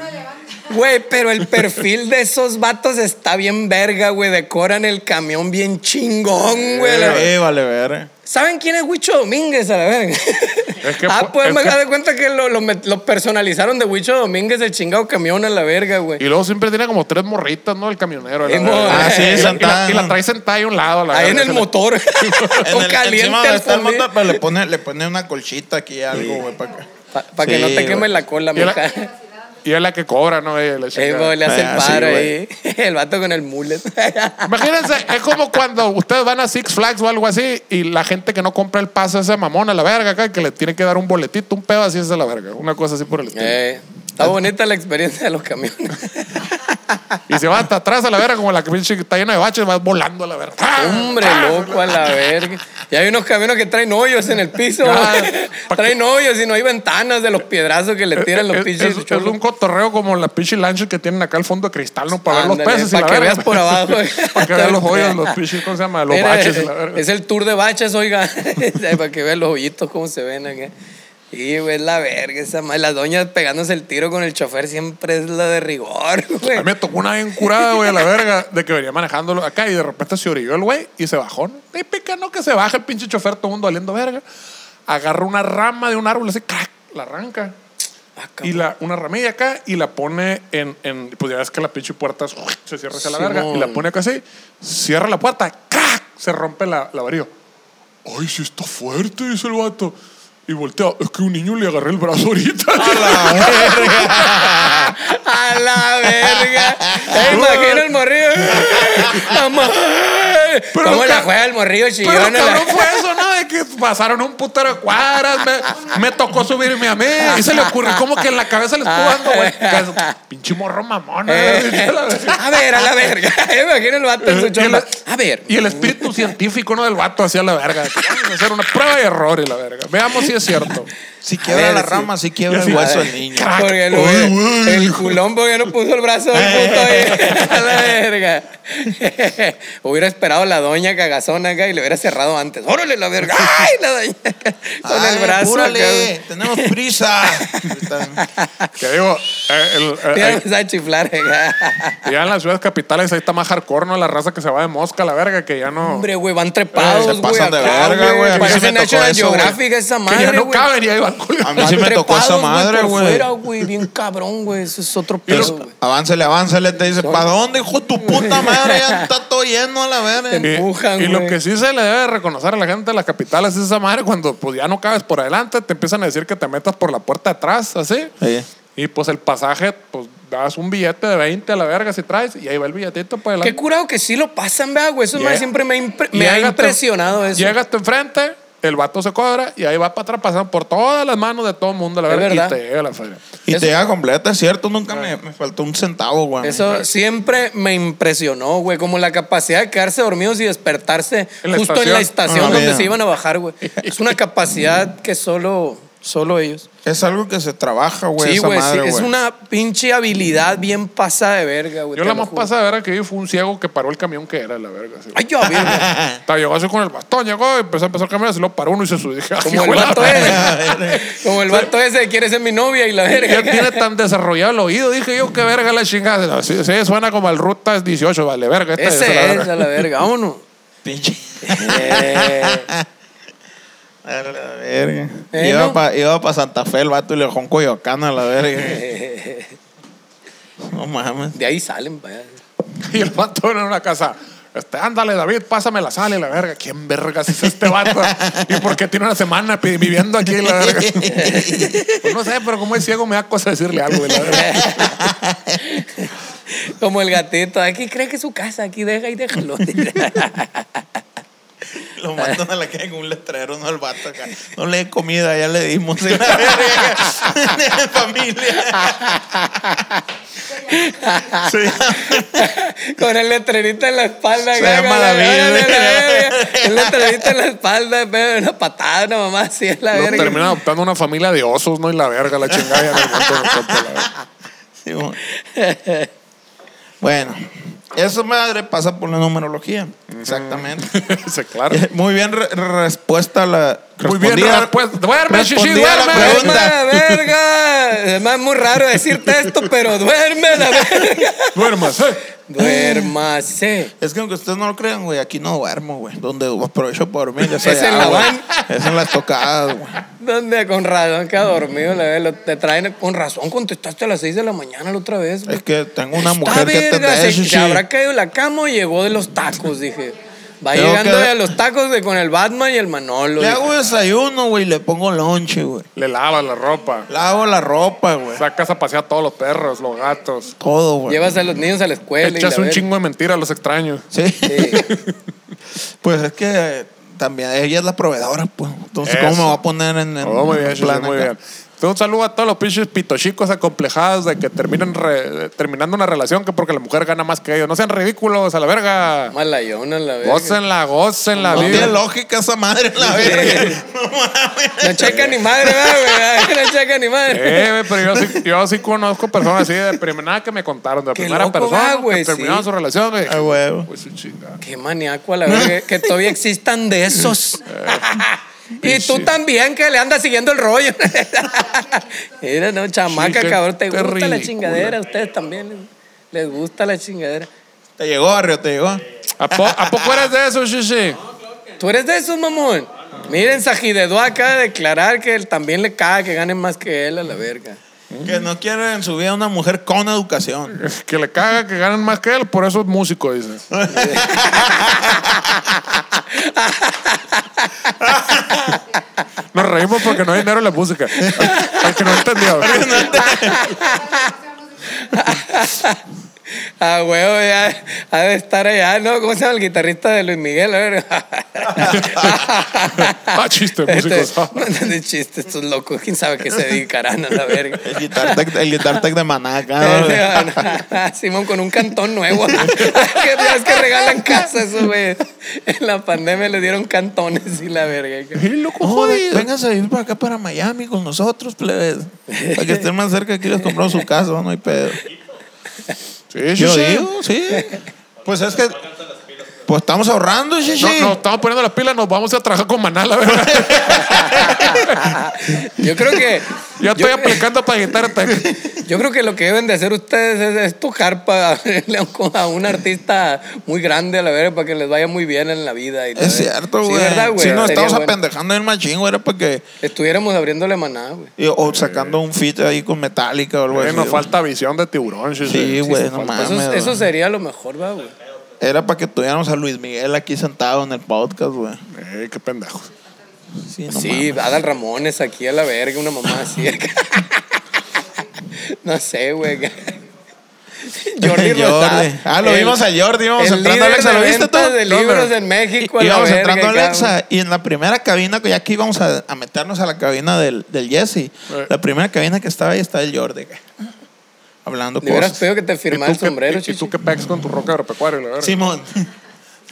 C: güey, pero el perfil de esos vatos está bien verga, güey. Decoran el camión bien chingón, güey. la-
A: Eh, vale, verga.
C: ¿Saben quién es Huicho Domínguez a la verga?
B: Es que
C: ah,
B: po-
C: pues
B: es
C: me
B: que-
C: de cuenta que lo, lo met- lo personalizaron de Huicho Domínguez el chingado camión a la verga, güey.
B: Y luego siempre tiene como tres morritas, ¿no? El camionero. la
C: Emo,
B: verga.
C: Ah, sí,
B: y, la, y, la,
A: sentada.
B: y la trae sentada ahí a un lado. a la
C: Ahí en
B: verga.
C: el motor.
A: En
C: Con
A: el, encima
C: caliente
A: donde
C: al
A: está el
C: fundir.
A: motor, pero pues, le pone, le pone una colchita aquí, algo, güey, para acá.
C: Para que
A: Sí,
C: no te queme
A: güey.
C: la cola,
B: Y la-
C: mija.
B: Y es la que cobra, ¿no? Ella, la
C: Eh,
B: chingada.
C: güey, le hace
A: Ah,
C: el
A: sí,
C: paro
A: güey.
C: ahí. El vato con el mullet.
B: Imagínense, es como cuando ustedes van a Six Flags o algo así y la gente que no compra el pase ese mamón a la verga, acá, que le tiene que dar un boletito, un pedo así es a la verga, una cosa así por el estilo.
C: Eh, está bonita la experiencia de los camiones.
B: Y se va hasta atrás a la verga, como la que pinche que está llena de baches, va volando a la verga.
C: Hombre, loco, a la verga. Y hay unos camiones que traen hoyos en el piso.
B: Ah,
C: güey.
B: ¿pa'
C: traen hoyos y no hay ventanas de los piedrazos que le tiran los
B: Es-
C: pinches.
B: es, es
C: cholos.
B: un cotorreo como las pinches lanchas que tienen acá al fondo de cristal, ¿no? Para ver los
C: Ándale,
B: peces. y
C: Para
B: la
C: que
B: verga.
C: veas por abajo. güey.
B: para que veas los hoyos, los pinches, ¿cómo se llama? Los
C: Mira, eh,
B: baches. y la verga.
C: Es el tour de baches, oiga. para que veas los hoyitos, cómo se ven acá. Y, güey, es la verga, esa madre. Las doñas pegándose el tiro con el chofer siempre es la de rigor, güey.
B: A mí me tocó una bien curada, güey, a la verga, de que venía manejándolo acá y de repente se orilló el güey y se bajó. ¿no? Típica, ¿no? Que se baja el pinche chofer, todo el mundo valiendo verga. Agarra una rama de un árbol, así, crack, la arranca.
C: Ah,
B: Y
C: cabrón.
B: la, una ramilla acá y la pone en, en. Pues ya ves que la pinche puerta es- se cierra hacia la
C: Simón.
B: verga y la pone acá así, cierra la puerta, crack, se rompe la, la varilla. Ay, sí está fuerte, dice el vato. Y voltea, es que un niño le agarré el brazo ahorita.
C: A la verga. Te imagino el morrillo. Mamá.
B: Pero
C: ¿Cómo
B: lo
C: la
B: ca-
C: juega el morrillo
B: Pero
C: chillón? a la-
B: cabrón fue eso, ¿no? De que pasaron un putero de cuadras, me, me tocó subirme a mí. Y se le ocurrió como que en la cabeza le estuvo dando, güey. Pinche morro mamón.
C: Eh,
B: ¿no?
C: a ver, a la verga. Me imagino el vato en su
B: Y el-
C: chompa. A ver.
B: Y el espíritu científico, ¿no? Del vato hacia la verga. Vamos a hacer una prueba de error y la verga. Veamos si es cierto.
A: Si quiebra
C: ver,
A: la
C: sí.
A: rama, si quiebra el hueso el niño.
B: Crack.
C: Porque el,
A: Uy,
C: güey-
A: uy.
C: el culón porque no puso el brazo del
A: Eh.
C: puto ahí. A la verga. Hubiera esperado la doña cagazona acá y le hubiera cerrado antes. ¡Órale, la verga! ¡Ay, la doña! Con el
A: Ay,
C: brazo acá.
A: apúrale, tenemos prisa.
B: Que digo, eh, el- eh,
C: Ya
B: eh,
C: empezaba a chiflar. acá.
B: ya en las ciudades capitales ahí está más hardcore, ¿no? La raza que se va de mosca, la verga, que ya no.
C: Hombre, güey, van trepados,
A: Eh, Se
C: güey.
A: pasan de
C: acá,
A: verga, güey. A mí sí me
C: Parecen
A: tocó
C: National
A: eso, güey.
C: Geographic esa
B: que
C: madre,
B: ya no
C: güey.
B: caben y ahí van colgando.
A: A mí sí me tocó esa
C: Trepados,
A: madre,
C: por
A: güey.
C: fuera, güey, bien cabrón, güey. Eso es otro
B: Pero-
C: pedo, güey.
A: Avánzale, avánzale, te dice, ¿para dónde, hijo de tu puta madre? Ya está todo lleno a la verga.
B: Y-
C: empujan,
B: Y, lo
C: güey.
B: que sí se le debe reconocer a la gente de las capitales es esa madre cuando pues ya no cabes por adelante, te empiezan a decir que te metas por la puerta de atrás, así.
A: Sí.
B: Y pues el pasaje, pues das un billete de 20 a la verga si traes y ahí va el billetito para
C: Qué
B: adelante.
C: curado que sí lo pasan, vea, güey. Eso
B: Llega-
A: eh,
C: me- siempre me, ha impre- me ha
B: Llegas te-
C: impresionado eso.
B: Llegas te enfrente, el vato se cobra y ahí va para atrás pasando por todas las manos de todo el mundo, la
C: Es
B: verga, y
C: verdad.
B: te llega la feria.
A: Y
C: Eso-
A: te llega completa, es cierto, nunca me, me faltó un centavo, güey.
C: Eso siempre me impresionó, güey. Como la capacidad de quedarse dormidos y despertarse
B: En la
C: justo en la
B: estación.
C: estación
A: Ah,
C: donde
A: mira.
C: se iban a bajar, güey. Es una capacidad que solo, solo ellos.
A: Es algo que se trabaja, güey.
C: sí,
A: esa
C: güey. sí,
A: madre,
C: es
A: güey.
C: una pinche habilidad bien pasada de verga, güey.
B: Yo
C: te
B: la
C: lo
B: más
C: juro.
B: pasada de verga que vi fue un ciego que paró el camión que era, la verga. así.
C: Ay, yo, a ver, güey.
B: Ta, Llegó así con el bastón, llegó y empezó, empezó a caminar, se lo paró uno y se subió. Dije, "Ah,
C: Como
B: hijo
C: el
B: de la
C: vato
B: verga".
C: ese.
A: eh,
C: Como el vato ese que quiere ser mi novia y la verga.
B: Ya tiene tan desarrollado el oído. Dije yo, qué verga la chingada. No, sí, sí, suena como al Ruta 18, vale, verga. Este,
C: Ese
B: esa la
C: es,
B: verga.
C: a la verga. Vámonos.
A: Pinche.
C: Eh.
A: A la verga.
C: Eh,
A: iba,
C: ¿no?
A: para iba pa Santa Fe el vato y le dejó un coyoacán a la verga. No mames.
C: De ahí salen, vaya.
B: Y el vato en una casa. Este, ándale, David, pásame la sal y la verga. ¿Quién vergas es este vato? ¿Y por qué tiene una semana pi- viviendo aquí la verga? Pues no sé, pero como es ciego me da cosa decirle algo. la verga.
C: Como el gatito. Aquí cree que es su casa. Aquí deja y déjalo.
A: Lo matan a la calle con un letrero, no al vato acá. No le dé comida, ya le dimos. Y la verga. familia. Sí.
C: Con el letrerito en la espalda.
A: Se
C: acá,
A: llama
C: con la-
A: David,
C: órale,
A: güey.
C: la verga. El letrerito en la espalda. pero Una patada, una mamá así es la
B: Luego
C: verga.
B: termina adoptando una familia de osos, ¿no? Y la verga, la chingada. ya no aguanto, no aguanto, la verga.
A: Sí, bueno. bueno, esa madre pasa por la numerología. Exactamente.
B: Sí, claro.
A: Muy bien re- respuesta a la
B: Muy bien,
A: respondida-
B: respuesta. Duerme,
A: respondida
B: chichi,
A: a la
B: duerme.
C: Duerme,
A: pregunta.
C: la verga. Además, es muy raro decirte esto, pero duerme, la verga.
B: Duérmase.
C: Duérmase.
A: Es que aunque ustedes no lo crean, güey, aquí no duermo, güey. Donde aprovecho por dormir es,
C: Es
A: allá,
C: en la
A: güey.
C: van.
A: Es en las tocadas, güey.
C: ¿Dónde? Con razón queda dormido, la verga. Lo- Te traen con razón, contestaste a las 6 de la mañana la otra vez. güey.
A: Es que tengo una
C: Esta
A: mujer que
C: verga,
A: atender,
C: se,
A: chichi.
C: se habrá caído de la cama o llegó de los tacos, dije. Va
A: Tengo
C: llegando
A: que-
C: de los tacos de- con el Batman y el
A: Le
C: Manolo. dije.
A: hago desayuno, güey, y le pongo lonche, güey.
B: Le lava la ropa.
A: Lavo la ropa, güey.
B: Sacas a pasear a todos los perros, los gatos.
A: Todo, güey.
C: Llevas a los niños a la escuela. y
B: Echas
C: la
B: un
C: verga.
B: chingo de mentiras a los extraños.
A: Sí.
C: Sí.
A: pues es que eh, también ella es la proveedora, pues. Entonces,
B: Eso.
A: ¿cómo me va a poner en el
B: Oh, muy bien, Shishi,
A: plan
B: muy
A: acá?
B: bien. Entonces, un saludo a todos los pinches pitochicos acomplejados de que terminan re- terminando una relación que porque la mujer gana más que ellos. No sean ridículos, a la verga.
C: Malayona, la verga.
B: Gócenla, gócenla,
A: No tiene
B: vida.
A: lógica esa madre, la verga. No mames.
C: No checa ni madre, ¿verdad, güey. No checa ni madre.
B: Eh, güey, pero yo sí, yo sí conozco personas así de primera que me contaron, de la
C: Qué
B: primera
C: loco,
B: persona
C: va,
B: que
C: güey,
B: terminaron
C: sí.
B: su
C: Ah,
B: relación. güey.
A: A huevo.
B: Pues su chingada.
C: Qué maníaco, a la verga. Que todavía existan de esos. Y tú también que le andas siguiendo el rollo. Mira, no, chamaca,
B: Sí, qué-
C: cabrón. Te
B: qué
C: gusta
B: ridícula.
C: la chingadera. A ustedes también les, les gusta la chingadera.
A: Te llegó, Barrio, te llegó.
B: ¿A, po- a poco eres de eso, Shishi?
C: ¿Tú eres de esos, mamón? Miren, Sajidedó acaba de declarar que él también le caga que ganen más que él a la verga.
A: Que no quiere en su vida una mujer con educación.
B: Que le caga que ganan más que él, por eso es músico, dice. Nos reímos porque no hay dinero en la música. El que no entendió.
C: Ah, huevo, ya ha de estar allá, ¿no? ¿Cómo se llama el guitarrista de Luis Miguel? A ver.
B: Ah, chiste, músicos.
C: Este, de chiste, estos locos, quién sabe qué se dedicarán a la verga.
A: El guitar tech, el guitar tech de Maná acá, ¿no?
C: Simón con un cantón nuevo. que ya es que regalan casas, güey. En la pandemia le dieron cantones y la verga.
B: Y loco,
A: No,
B: jodido.
A: vénganse a vivir para acá, para Miami, con nosotros, plebes. Para que estén más cerca, aquí les compramos su casa, no hay pedo.
B: Sí, sí,
A: Yo
B: sí.
A: digo, sí. Pues es que Pues estamos ahorrando, chichi.
B: No, no, estamos poniendo las pilas, nos vamos a trabajar con Maná, la verdad.
C: Yo creo que.
B: Yo estoy
C: yo-
B: aplicando para guitarra.
C: Yo creo que lo que deben de hacer ustedes es, es tocar para a un artista muy grande, a la verga, para que les vaya muy bien en la vida. Y la
A: Es
C: verga.
A: cierto,
C: Sí,
A: güey.
C: ¿verdad, güey?
A: si nos
C: Sería
A: estamos
C: bueno.
A: apendejando en machín, güey, era porque.
C: Estuviéramos abriéndole maná, güey.
A: y- O sacando un fit ahí con Metallica o algo
B: Güey,
A: así.
B: nos
A: güey.
B: falta visión de tiburón. Sí,
A: Sí, güey, no mames.
C: Eso,
A: güey.
C: eso sería lo mejor, ¿verdad, güey.
A: Era para que tuviéramos a Luis Miguel aquí sentado en el podcast, güey.
B: Eh, qué pendejo.
A: Sí, no
C: sí,
A: mames.
C: Adal Ramones aquí a la verga, una mamá así. no sé, güey. Jordi Rosado.
A: Ah, lo
C: El-
A: vimos a Jordi, íbamos
C: el
A: entrando a
C: líder
A: Alexa,
C: de
A: ¿lo viste tú?
C: ventas de
A: No,
C: libros
A: pero-
C: en México, a
A: Y-
C: la
A: Íbamos
C: verga,
A: entrando a
C: cabrón.
A: Alexa y en la primera cabina, ya que íbamos a, a meternos a la cabina del, del Jesse, la primera cabina que estaba ahí está el Jordi, güey. Hablando
C: Le hubieras
A: cosas.
C: pedido que te firmara el
B: qué-
C: sombrero,
B: y- y
C: chichi.
B: tú qué pex con tu roca agropecuario, la verdad?
A: Simón,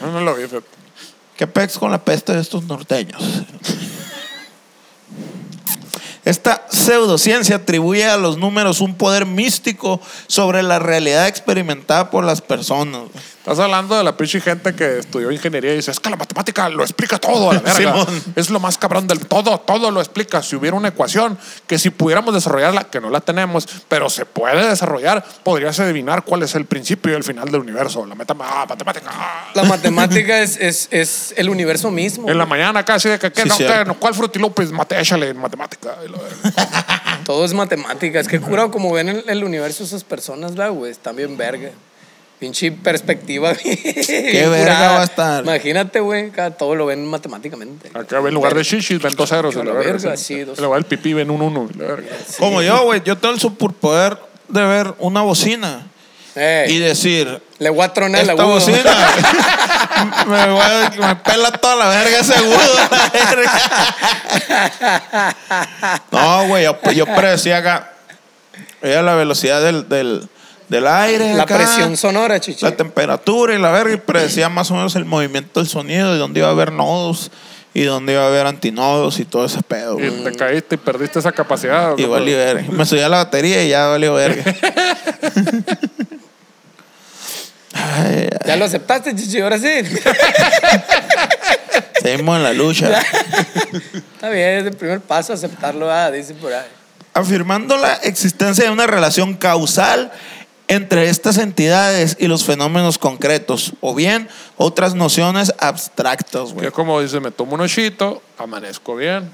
B: No, no lo vi, fíjate.
A: ¿qué pex con la peste de estos norteños? Esta pseudociencia atribuye a los números un poder místico sobre la realidad experimentada por las personas. güey.
B: Estás hablando de la pinche gente que estudió ingeniería y dice, es que la matemática lo explica todo a la verga.
A: Simón.
B: es lo más cabrón del todo, todo lo explica. Si hubiera una ecuación que si pudiéramos desarrollarla, que no la tenemos, pero se puede desarrollar, podrías adivinar cuál es el principio y el final del universo. La meta ah, matemática. ah.
C: La matemática es, es, es el universo mismo.
B: En la mañana casi de que, ¿qué?
A: Sí,
B: no,
A: cierto.
B: ¿qué? No, ¿cuál frutilupis? Mate, échale en matemática. Y la verga.
C: Todo es matemática. Es que curado como ven el, el universo esas personas, ¿verdad, güey. Están bien verga. Pinche perspectiva. Qué
A: verga va a estar. Ah,
C: Imagínate, güey. cada- Todo lo ven matemáticamente.
B: Acá en lugar de shishis ven dos ceros. y
C: A
B: la
C: la
B: verga.
C: verga, sí, dos-
B: En lugar del pipí ven un uno. y la verga.
A: Como yo, güey, yo tengo el superpoder de ver una bocina
C: Ey,
A: y decir,
C: Eh, le voy a tronar la
A: esta
C: agudo.
A: bocina me, voy a- me pela toda la verga ese agudo, la verga. No, güey, yo, yo predecía acá, era la velocidad del, del, del aire,
C: La
A: acá,
C: presión sonora, chichi.
A: la temperatura y la verga, y predecía más o menos el movimiento del sonido y dónde iba a haber nodos y dónde iba a haber antinodos y todo ese pedo, güey.
B: Y te caíste y perdiste esa capacidad.
A: Y
B: ¿no?
A: valió verga. Me subí a la batería y ya valió verga. Ay,
C: Ya lo aceptaste, chichi. Ahora sí.
A: seguimos en la lucha.
C: Está bien, es el primer paso aceptarlo, ¿verdad? dice por ahí.
A: Afirmando la existencia de una relación causal entre estas entidades y los fenómenos concretos, o bien otras nociones abstractas, güey.
B: Yo como dice, me tomo un ochito, amanezco bien,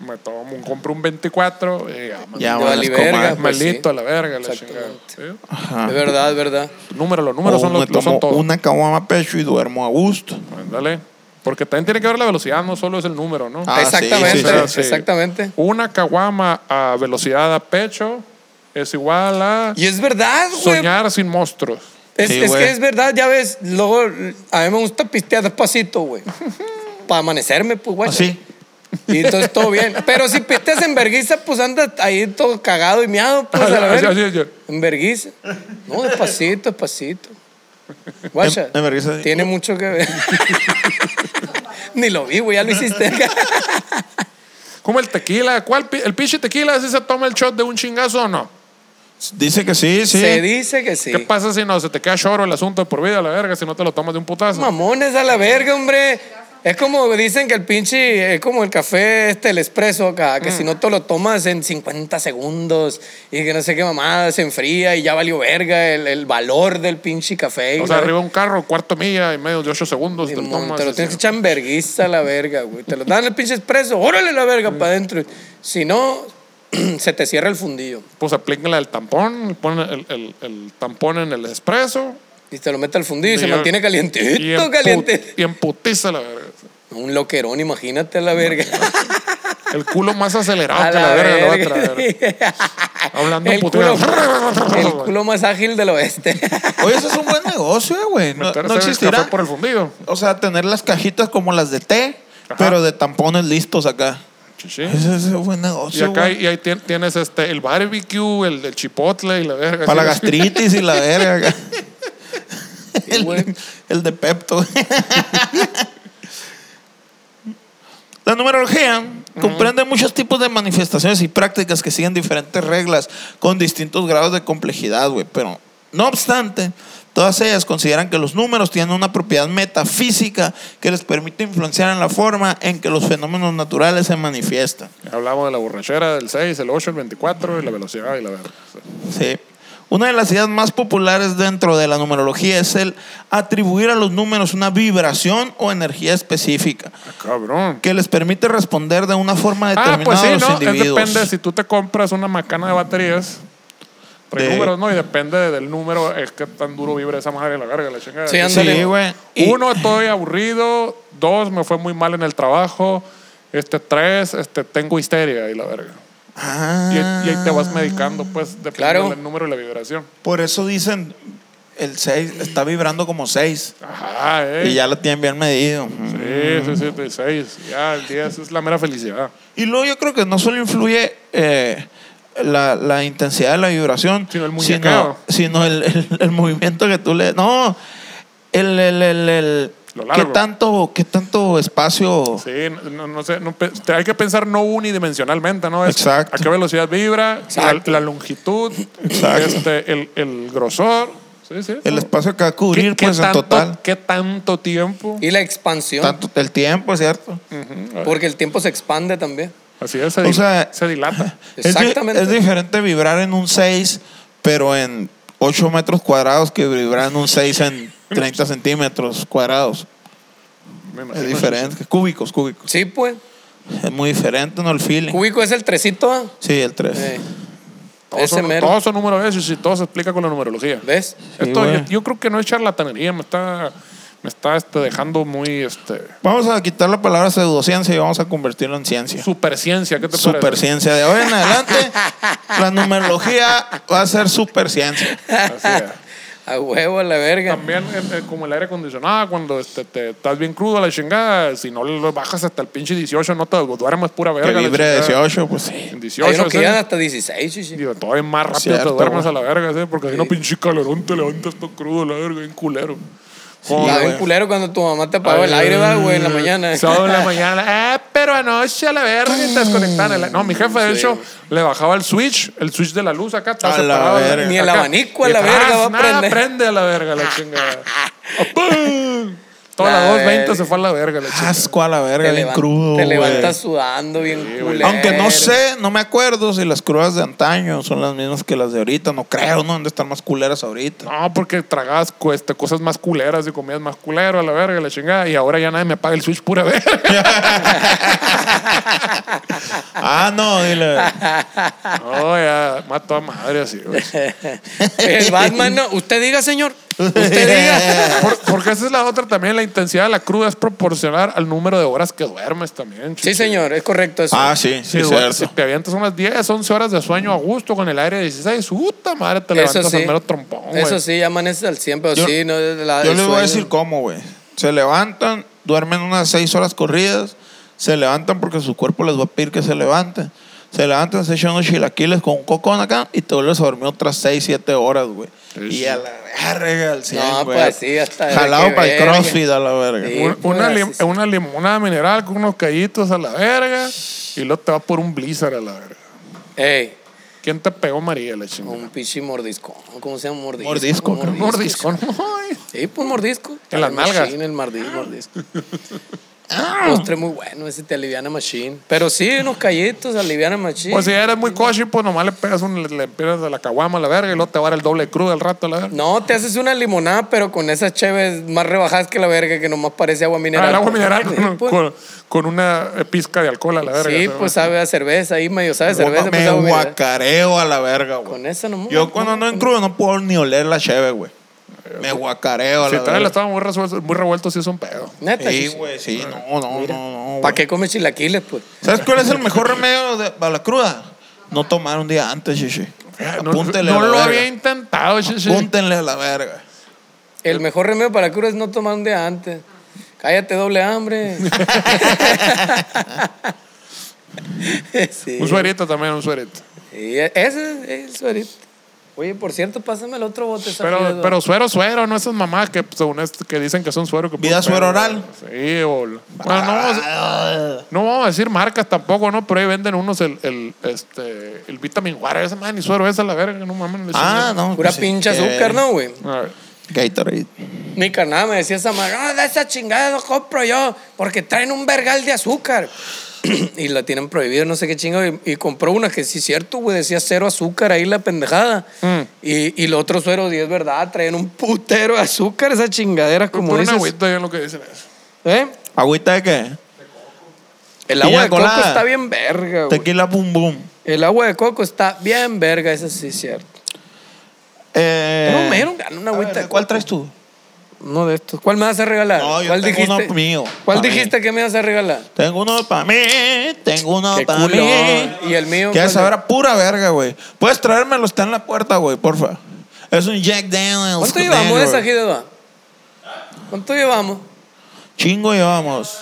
B: me tomo, un- compro un 24 y ya, man-
A: Ya,
C: De
A: vale,
C: vali
A: Ah, es como-
C: verga, pues,
B: malito
C: sí.
B: a la verga, la chingada.
C: Exactamente.
B: ¿sí? Ah,
A: Ajá.
C: Es verdad, es verdad.
B: Número, los números
A: O
B: son
A: me
B: los, los son
A: tomo
B: todos.
A: una caguama a pecho y duermo a gusto.
B: Ándale. Porque también tiene que ver la velocidad, no solo es el número, ¿no?
A: Ah, sí,
C: exactamente,
A: sí, sí,
B: sí.
C: exactamente.
B: Una caguama a velocidad a pecho es igual a
C: Y es verdad, güey.
B: soñar sin monstruos.
C: Es,
A: Sí,
C: es
A: güey.
C: que es verdad, ya ves, luego a mí me gusta pistear despacito, güey. Para amanecerme, pues, güey.
A: Así.
C: Y entonces todo bien. Pero si pisteas en verguiza, pues andas ahí todo cagado y miado, pues, a la
B: Así,
C: verga.
B: así, así.
C: En verguiza. No, despacito, despacito. Guacha,
A: En- en verguiza, sí.
C: tiene mucho que ver. Ni lo vi, güey, ya lo hiciste.
B: Como el tequila, ¿cuál? pi- ¿El pinche tequila si se toma el shot de un chingazo o no?
A: Dice que sí, sí.
C: Se dice que sí.
B: ¿Qué pasa si no? Se te queda choro el asunto por vida, a la verga, si no te lo tomas de un putazo.
C: Mamones a la verga, hombre. Es como dicen que el pinche, es como el café, este, el espresso acá, que
B: Mm.
C: si no te lo tomas en 50 segundos y que no sé qué mamada, se enfría y ya valió verga el, el valor del pinche café. y
B: O sea,
C: la-
B: arriba un carro, cuarto milla y medio de ocho segundos. Te,
C: y
B: lo
C: mon-
B: tomas,
C: eh. te lo
B: así.
C: tienes que echar en verguiza a la verga, güey. Te lo dan el pinche espresso, órale la
B: Mm.
C: verga para adentro. Si no, se te cierra el fundillo
B: Pues aplíquenle el tampón, ponen el, el- el tampón en el expreso.
C: y te lo mete al fundillo y, se
B: ya- y
C: mantiene
B: en
C: calientito,
B: pu-
C: caliente.
B: Y emputiza la verga.
C: Un loquerón, imagínate a la verga.
B: El culo más acelerado
C: A
B: que la
C: la
B: verga, lo va a
C: verga,
B: traer. Hablando
C: el
B: puteado.
C: culo, el culo más ágil del oeste.
A: Oye, eso es un buen negocio, güey. No,
B: Meterse
A: no
B: el
A: existirá.
B: café por el fundido.
A: O sea, tener las cajitas como las de té,
B: Ajá.
A: pero de tampones listos acá.
B: Chichi.
A: Ese es un buen
B: Y
A: negocio.
B: acá
A: güey.
B: y ahí tien- tienes este, el barbecue, el, el chipotle y la verga.
A: Para la
B: Así.
A: gastritis y la verga. acá.
C: güey.
A: el, el de Pepto. La numerología comprende muchos tipos de manifestaciones y prácticas que siguen diferentes reglas con distintos grados de complejidad, güey. Pero No obstante, todas ellas consideran que los números tienen una propiedad metafísica que les permite influenciar en la forma en que los fenómenos naturales se manifiestan.
B: Hablamos de la borrachera, del 6, el 8, el 24 y la velocidad y la verga.
A: Sí. Una de las ideas más populares dentro de la numerología es el atribuir a los números una vibración o energía específica
B: Ah, Cabrón.
A: que les permite responder de una forma
B: Ah,
A: determinada
B: pues sí,
A: a los
B: ¿no? Es
A: individuos.
B: depende si tú te compras una macana de baterías. Trae
A: De-
B: números, ¿no? Y depende de- del número, es que tan duro vibra esa madre la verga, la chingada.
C: Sí,
B: Y-
C: ándale.
A: Sí, güey. Y-
B: Uno, estoy aburrido. Dos, me fue muy mal en el trabajo. Este, tres, este, tengo histeria y la verga.
A: Ah.
B: Y, y ahí te vas medicando, pues, dependiendo
C: Claro.
B: del número y la vibración.
A: Por eso dicen el 6 está vibrando como 6
B: Ajá, eh.
A: y ya lo tienen bien medido.
B: Sí, sí, sí, de seis. Ya, el 10 es la mera felicidad.
A: Y luego yo creo que no solo influye eh, la, la intensidad de la vibración,
B: Sino el muñequeo.
A: sino, sino el, el- el movimiento que tú le... No, el... el, el, el-
B: Lo
A: ¿Qué
B: largo.
A: tanto, qué tanto espacio?
B: Sí, no, no sé. no pe- te- hay que pensar no unidimensionalmente, ¿no? Es
A: Exacto.
B: A qué velocidad vibra, la,
C: Exacto.
B: la longitud,
A: Exacto.
B: este, el, el grosor. Sí, sí.
A: El espacio que va a cubrir, pues, en
B: tanto,
A: total.
B: ¿Qué tanto tiempo?
C: Y la expansión,
A: Tanto el tiempo, ¿cierto?
C: porque el tiempo se expande también.
B: Así es, se,
A: O
B: dil-
A: sea-
B: se dilata.
A: Es di-
C: Exactamente.
A: Es, diferente vibrar en un 6, pero en 8 metros cuadrados que vibrar en un 6 en 30 centímetros cuadrados.
B: Me imagino.
A: Es diferente. Cúbicos, cúbicos.
C: Sí, pues.
A: Es muy diferente, ¿no? El feeling.
C: Cúbico es el tresito, ¿ah?
A: Sí, el 3.
C: Eh,
B: Todos
C: ese
B: son,
C: mero.
B: todos son números de esos y todo se explica con la numerología.
C: ¿Ves?
B: Esto,
A: güey.
B: yo, yo creo que no es charlatanería, me está, me está este, dejando muy este,
A: Vamos a quitar la palabra pseudociencia y vamos a convertirlo en ciencia.
B: superciencia. ¿Qué te parece?
A: Superciencia. De hoy en adelante, la numerología va a ser superciencia.
B: Así es.
C: A huevo, a la verga.
B: También eh, eh, como el aire acondicionado, cuando este, te, estás bien crudo a la chingada, si no lo bajas hasta el pinche 18, no te duermes pura verga.
A: Que
B: la
A: vibre
B: chingada.
A: 18, pues sí.
B: En
C: Hay
B: 18,
C: unos que
B: ese,
C: llegan hasta 16, sí, sí.
B: digo, todavía más rápido
A: Cierto,
B: te duermes
A: güey.
B: a la verga, ¿sí? porque si no pinche calorón te levantas todo crudo, la verga, bien culero. Con-
C: Está
A: güey.
C: bien culero cuando tu mamá te apagó el
B: Ay,
C: aire, ¿verdad, güey, en la mañana.
B: Sábado en la mañana. Eh, pero anoche a la verga te desconectaron.
C: Mm.
B: el- No, mi jefe, de hecho, le bajaba el switch, el switch de la luz acá. Está
A: A la
B: separado.
A: verga.
C: Ni el
B: Acá.
C: abanico a
B: Y
C: la
B: atrás,
C: verga va a
B: nada,
C: prender.
B: prende a la verga la chingada. ¡Apum! Toda la
C: La Ah,
B: 220
C: verga.
B: se fue a la verga la chingada.
A: Asco a la verga,
C: Te,
A: bien
C: levan-
A: crudo.
C: te
A: güey.
C: levantas sudando bien culero.
A: Aunque no sé, no me acuerdo si las crudas de antaño son las mismas que las de ahorita. No creo, ¿no? Han de estar más culeras ahorita.
B: No, porque tragabas cu- este, cosas más culeras y comías más culero a la verga la chingada. Y ahora ya nadie me paga el switch pura verga.
A: Ah, no, dile.
B: no, ya mato a madre así, güey.
C: El Batman, no. Usted diga, señor. Usted diga.
B: Por- porque esa es la otra también, la intensidad de la cruda es proporcional al número de horas que duermes también.
C: Sí,
B: chichi.
C: señor, es correcto eso.
A: Ah, sí,
B: Si,
A: sí,
B: duer- si
A: cierto.
B: te avientas unas 10, 11 horas de sueño a gusto con el aire de 16, puta madre, te levantas al mero trompón, güey.
C: Eso sí, ya amaneces al 100, pero
A: Yo-
C: sí, no la,
A: Yo
C: Ah,
A: les
C: el
A: voy a
C: sueño.
A: decir cómo, güey. Se levantan, duermen unas seis horas corridas, se levantan porque su cuerpo les va a pedir que se levanten. Se levantan, se echan unos chilaquiles con un cocón acá y te vuelves a dormir otras seis, siete horas, güey.
B: Sí,
A: Y
B: sí.
A: a la verga, al cien,
C: No,
A: güey.
C: pues sí, hasta-
A: Jalado
C: qué
A: para el
C: verga.
A: crossfit, a la verga.
C: Sí.
B: Un- una,
C: pues,
B: lim-
C: sí, sí.
B: una limonada mineral con unos callitos a la verga y luego te vas por un blizzard a la verga.
C: Ey,
B: ¿Quién te pegó María la chingada?
C: un pichi mordisco. ¿Cómo se llama mordisco?
A: Mordisco, cabrón.
B: Mordisco, no. ay.
C: Sí, pues mordisco.
B: En las
C: Machine,
B: nalgas.
C: el mardi- mordisco.
A: Ah.
C: Postre muy bueno, ese te aliviana machine. Pero sí, unos callitos aliviana machine.
B: Pues si eres muy coche, pues nomás le pegas un, le, le pegas a la caguama a la verga y luego te va a dar el doble crudo al rato a la verga.
C: No, te haces una limonada, pero con esas cheves más rebajadas que la verga, que nomás parece agua mineral.
B: Ah, el agua
C: pues.
B: mineral
C: Sí,
B: con,
C: pues.
B: con- con una pizca de alcohol a la verga.
C: Sí,
B: ¿sabes?
C: pues sabe a cerveza ahí, medio sabe a cerveza.
A: Bueno,
C: pues, agua
A: me
C: mineral.
A: guacareo a la verga, güey.
C: Con esa nomás.
A: Yo cuando ando en crudo no puedo ni oler la cheve, güey. Me guacareo a
B: Si
A: la
B: tal el
A: verga.
B: estaba muy revuelto, muy revuelto, sí es un pedo.
C: Neta.
A: Sí, güey, sí,
B: Ah.
A: no, no, no, no.
C: ¿Para
A: güey.
C: qué comes chilaquiles, pues?
A: ¿Sabes cuál es el mejor remedio de- para la cruda? No tomar un día antes, chichi.
B: Ah, No,
A: Apúntenle
B: no
A: a la
B: lo
A: verga.
B: había intentado, sí, sí.
A: Apúntenle a la verga.
C: El mejor remedio para la cura es no tomar un día antes. Cállate, doble hambre. sí.
B: Un suerito también, un suerito.
C: Sí, ese es el suerito. Oye, por cierto, pásame el otro bote.
B: Pero,
C: Alfredo.
B: pero suero, suero, no esas mamás que según es- que dicen que son suero. Que
A: Vida
B: puro
A: suero
B: pedo.
A: oral. Ah.
B: Sí, o... Bueno, no, no vamos a decir marcas tampoco, ¿no? Pero ahí venden unos el, el, este, el Vitamin Water, esa madre, ni suero, esa la verga, no mames. le
A: Ah,
B: chingan.
A: no.
C: Pura
A: pues sí,
C: pinche
A: qué
C: azúcar,
A: verga.
C: ¿no, güey?
B: A ver.
A: Gatorade.
C: Mi carnada me decía esa madre, no, de esa chingada no compro yo, porque traen un vergal de azúcar. y la tienen prohibido, no sé qué chingo. Y, y compró una que sí, cierto, güey, decía cero azúcar ahí la pendejada. Y, y el otro suero, sí es verdad, traen un putero de azúcar esa chingadera, como
B: Pon una
C: dices.
B: agüita, es lo que dicen. eso.
C: ¿Eh?
A: ¿Agüita de qué?
C: El agua
A: Piña
C: de coco
A: colada.
C: está bien verga, güey.
A: Tequila Boom Boom.
C: El agua de coco está bien verga, eso sí es cierto.
A: Eh,
C: No, me dieron ganas una
A: a
C: agüita
A: ver,
C: de
A: ¿Cuál
C: coco.
A: traes tú?
C: Uno de estos. ¿Cuál me vas a regalar?
A: No, yo
C: ¿Cuál
A: tengo uno mío,
C: ¿Cuál
A: para mí.
C: dijiste que me vas a regalar?
A: Tengo uno para mí, tengo uno
C: Qué
A: para mí.
C: culón. ¿Y el mío cuál
A: Quieres
C: es?
A: saber a pura verga, güey. Puedes traérmelo, está en la puerta, güey, porfa. Es un Jack Daniels.
C: ¿Cuánto
A: negro,
C: llevamos de esa
A: güey.
C: gira, Iván? ¿Cuánto llevamos?
A: Chingo llevamos.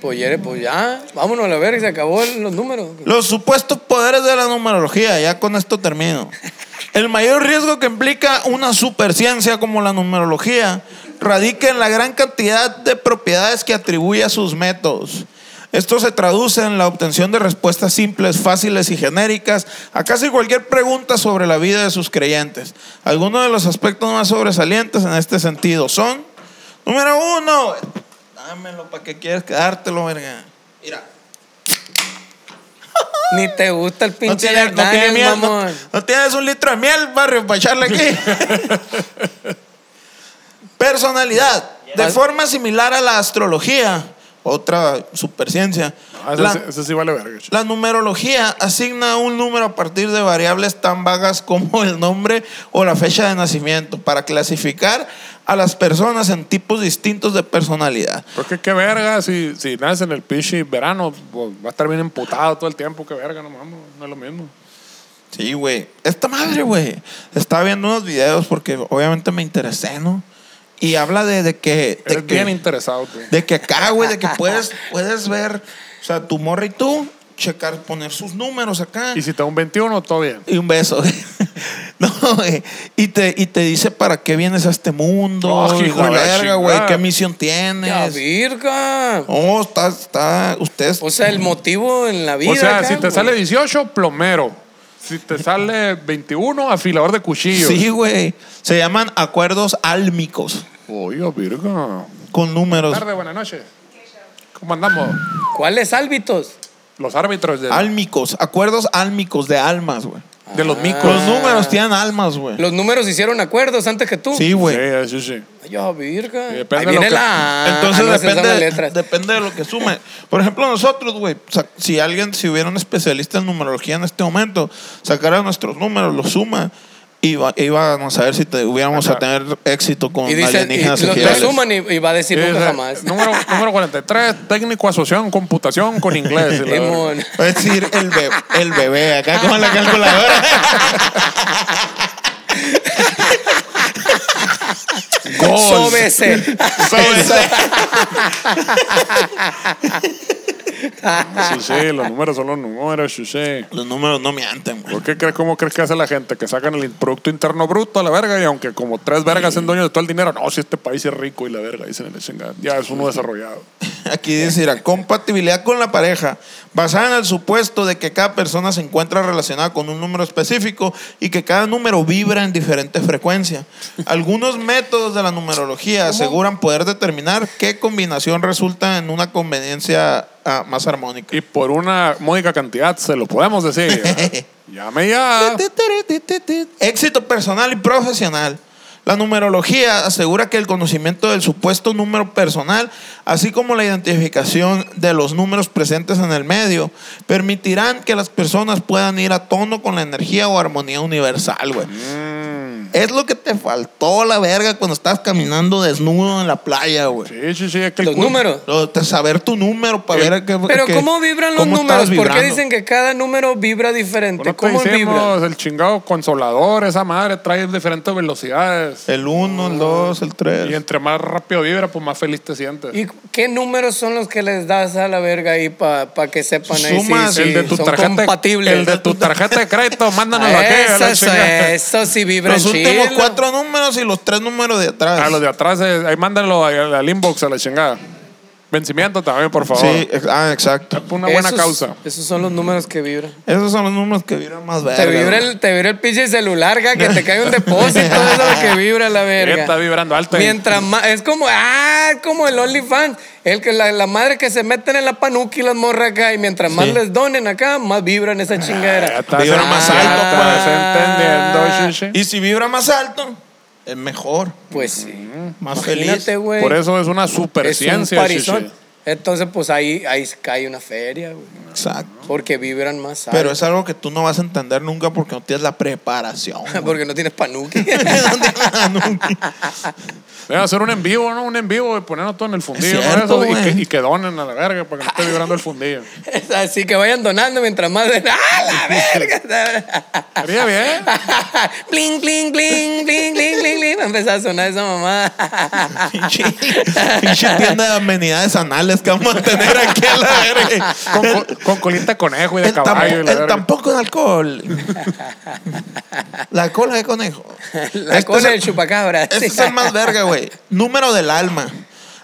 C: Pues ya, pues ya. Vámonos a la verga, se acabó el- los números.
A: Los supuestos poderes de la numerología, ya con esto termino. El mayor riesgo que implica una superciencia como la numerología radica en la gran cantidad de propiedades que atribuye a sus métodos. Esto se traduce en la obtención de respuestas simples, fáciles y genéricas a casi cualquier pregunta sobre la vida de sus creyentes. Algunos de los aspectos más sobresalientes en este sentido son, número uno, dámelo para que quieres quedártelo, verga. Mira.
C: Ni te gusta el
A: No
C: pinche
A: tiene- no tiene
C: Jack Daniels,
A: miel, no,
C: mamón.
A: no tienes un litro de miel, barrio, para echarle aquí. Personalidad. De forma similar a la astrología, otra superciencia,
B: Ah, eso,
A: la,
B: sí, eso sí vale verga.
A: la numerología asigna un número a partir de variables tan vagas como el nombre o la fecha de nacimiento para clasificar a las personas en tipos distintos de personalidad.
B: Porque qué Pues verga, si, si naces en el pinche verano, pues, va a estar bien emputado todo el tiempo, qué verga, no mames, no es lo mismo.
A: Sí, güey. Esta madre, güey. Estaba viendo unos videos porque obviamente me interesé, ¿no? Y habla de, de que. De
B: Eres bien
A: que,
B: interesado, tú.
A: de que acá, güey, de que puedes, puedes ver. O sea, tu morra y tú, checar, poner sus números acá.
B: Y si te da un 21, todo bien.
A: Y un beso, güey. No, güey. Y te, y te dice para qué vienes a este mundo.
B: Oh,
A: y
B: hijo
A: la
B: de la
A: verga,
B: chingada.
A: güey. ¿Qué misión
C: Ya,
A: tienes?
C: virga.
A: Oh, está, está. Ustedes.
B: Pues
C: O sea, el motivo en la vida.
B: O sea,
C: acá, pues.
B: si te
C: güey.
B: sale 18, plomero. Si te sale 21, afilador de cuchillos.
A: sí, güey. Se llaman acuerdos álmicos
B: Oye, Virgo.
A: con números.
B: Tarde, buenas noches. ¿Cómo andamos?
C: ¿Cuáles árbitros?
B: Los árbitros de,
A: Álmicos, acuerdos álmicos de almas, güey.
B: de los micos.
A: Ah. Los números tienen almas, güey.
C: Ah. Los números hicieron acuerdos antes que tú.
A: Sí, güey.
B: Sí, sí, sí.
C: Ya, virga.
B: Y depende
C: Ahí
B: de
C: viene
B: lo que-
C: la. A.
A: Entonces
C: Ah, no, esas son las
A: depende,
C: letras.
A: depende de lo que sume. Por ejemplo, nosotros, güey, sa- si alguien, si hubiera un especialista en numerología en este momento, sacara nuestros números, los suma y va- y íbamos a ver si te, hubiéramos a tener éxito con
C: Y dicen, y
A: alienígenas
C: lo, lo
A: ejidales.
C: suman y, y va a decir
B: Sí, o
C: nunca
B: sea,
C: jamás.
B: Número, número 43, técnico asociación computación con inglés. y la verga.
C: Simón.
A: Va a decir el, be- el bebé acá con la calculadora.
B: Gol.
C: Sóbese.
B: Sí, sí, los números son los números, sí, sí.
A: Los números no mienten, güey.
B: ¿Por qué crees, cómo crees que hace la gente? Que sacan el Producto Interno Bruto a la verga y aunque como tres vergas son dueños de todo el dinero, no, si este país es rico y la verga, dicen en la chingada. Ya es uno desarrollado.
A: Aquí dice, mira, compatibilidad con la pareja, basada en el supuesto de que cada persona se encuentra relacionada con un número específico y que cada número vibra en diferentes frecuencias. Algunos métodos de la numerología aseguran poder determinar qué combinación resulta en una conveniencia ah, más armónica.
B: Y por una módica cantidad se lo podemos decir. Llame ya.
A: Éxito personal y profesional. La numerología asegura que el conocimiento del supuesto número personal, así como la identificación de los números presentes en el medio, permitirán que las personas puedan ir a tono con la energía o armonía universal, güey. Es lo que te faltó la verga cuando estabas caminando desnudo en la playa, güey.
B: Sí, sí, sí. Es que el
C: Los
B: culo-
C: números.
A: Lo- te- Saber tu número para ver a qué.
C: Pero
A: qué-
C: ¿cómo vibran los
A: cómo
C: números?
A: estabas
C: ¿Por qué
A: vibrando.
C: dicen que cada número vibra diferente?
B: Bueno, pues,
C: ¿Cómo
B: te
C: vibra?
B: decimos, el chingado consolador, esa madre trae diferentes velocidades.
A: El 1, el
C: Oh.
A: 2, el
B: Y
A: 3.
B: entre más rápido vibra, pues más feliz te sientes.
C: ¿Y qué números son los que les das a la verga ahí para que sepan ahí si-
A: Sumas,
C: si
B: el de tu
C: son
B: tarjeta,
C: compatibles?
B: el de tu tarjeta de crédito, mándanos a qué,
C: eso,
B: la
C: eso,
B: chingada.
C: eso sí vibra
A: Los últimos
C: chilo.
A: cuatro números y los tres números de atrás.
B: A los de atrás, eh, ahí mándanlo al al inbox a la chingada. Vencimiento también, por favor.
A: Sí, ex- ah, exacto.
B: Una buena
C: Esos-
B: causa.
C: Esos son los números que vibran.
A: Esos son los números que vibran más verga.
C: Te vibra,
A: güey.
C: el, te vibra el pinche celular, ga, que te cae un depósito, eso es lo que vibra la verga.
B: Está vibrando alto. eh.
C: Mientras más, es como, ah, es como el OnlyFans, el que la, la madre que se meten en la panuki las morras acá y mientras más
A: Sí. Ah,
C: les donen acá, más vibran esa
B: Ya
C: chingadera.
B: estás-
A: Vibra más
B: ya
A: alto,
B: estás
C: pues.
B: entendiendo, chichi.
A: Y si vibra más alto, es mejor,
C: Pues sí.
A: más
C: Imagínate,
A: mm, feliz.
C: güey.
B: Por eso es una
C: es un
B: superciencia,
C: parizón.
B: chichi.
C: Entonces, pues ahí, ahí cae una feria, güey.
A: Exacto.
C: Porque vibran más alto.
A: Pero es algo que tú no vas a entender nunca porque no tienes la preparación. güey.
C: Porque no tienes panuki.
A: No tienes nunca.
B: Debe hacer un en vivo, ¿no? Un en vivo y ponerlo todo en el fundillo.
A: Es
B: ¿no? Eso,
A: cierto,
B: y,
A: güey.
B: que, y que donen a la verga para que no esté vibrando el fundillo.
C: Así que vayan donando mientras más. ¡Ah, la verga!
B: Estaría bien.
C: Bling, bling, bling, bling, bling, bling, bling. Va a empezar a sonar esa mamá.
A: Pinche pinche tienda de amenidades anales que vamos a tener aquí a la verga.
B: Con, co- con colita de conejo y de
A: El tampo-
B: caballo. y la
A: el
B: verga.
A: tampoco es alcohol. La cola de conejo.
C: La
A: Este
C: cola
A: es el-
C: del chupacabra.
A: Este es el más verga, güey. Número del alma.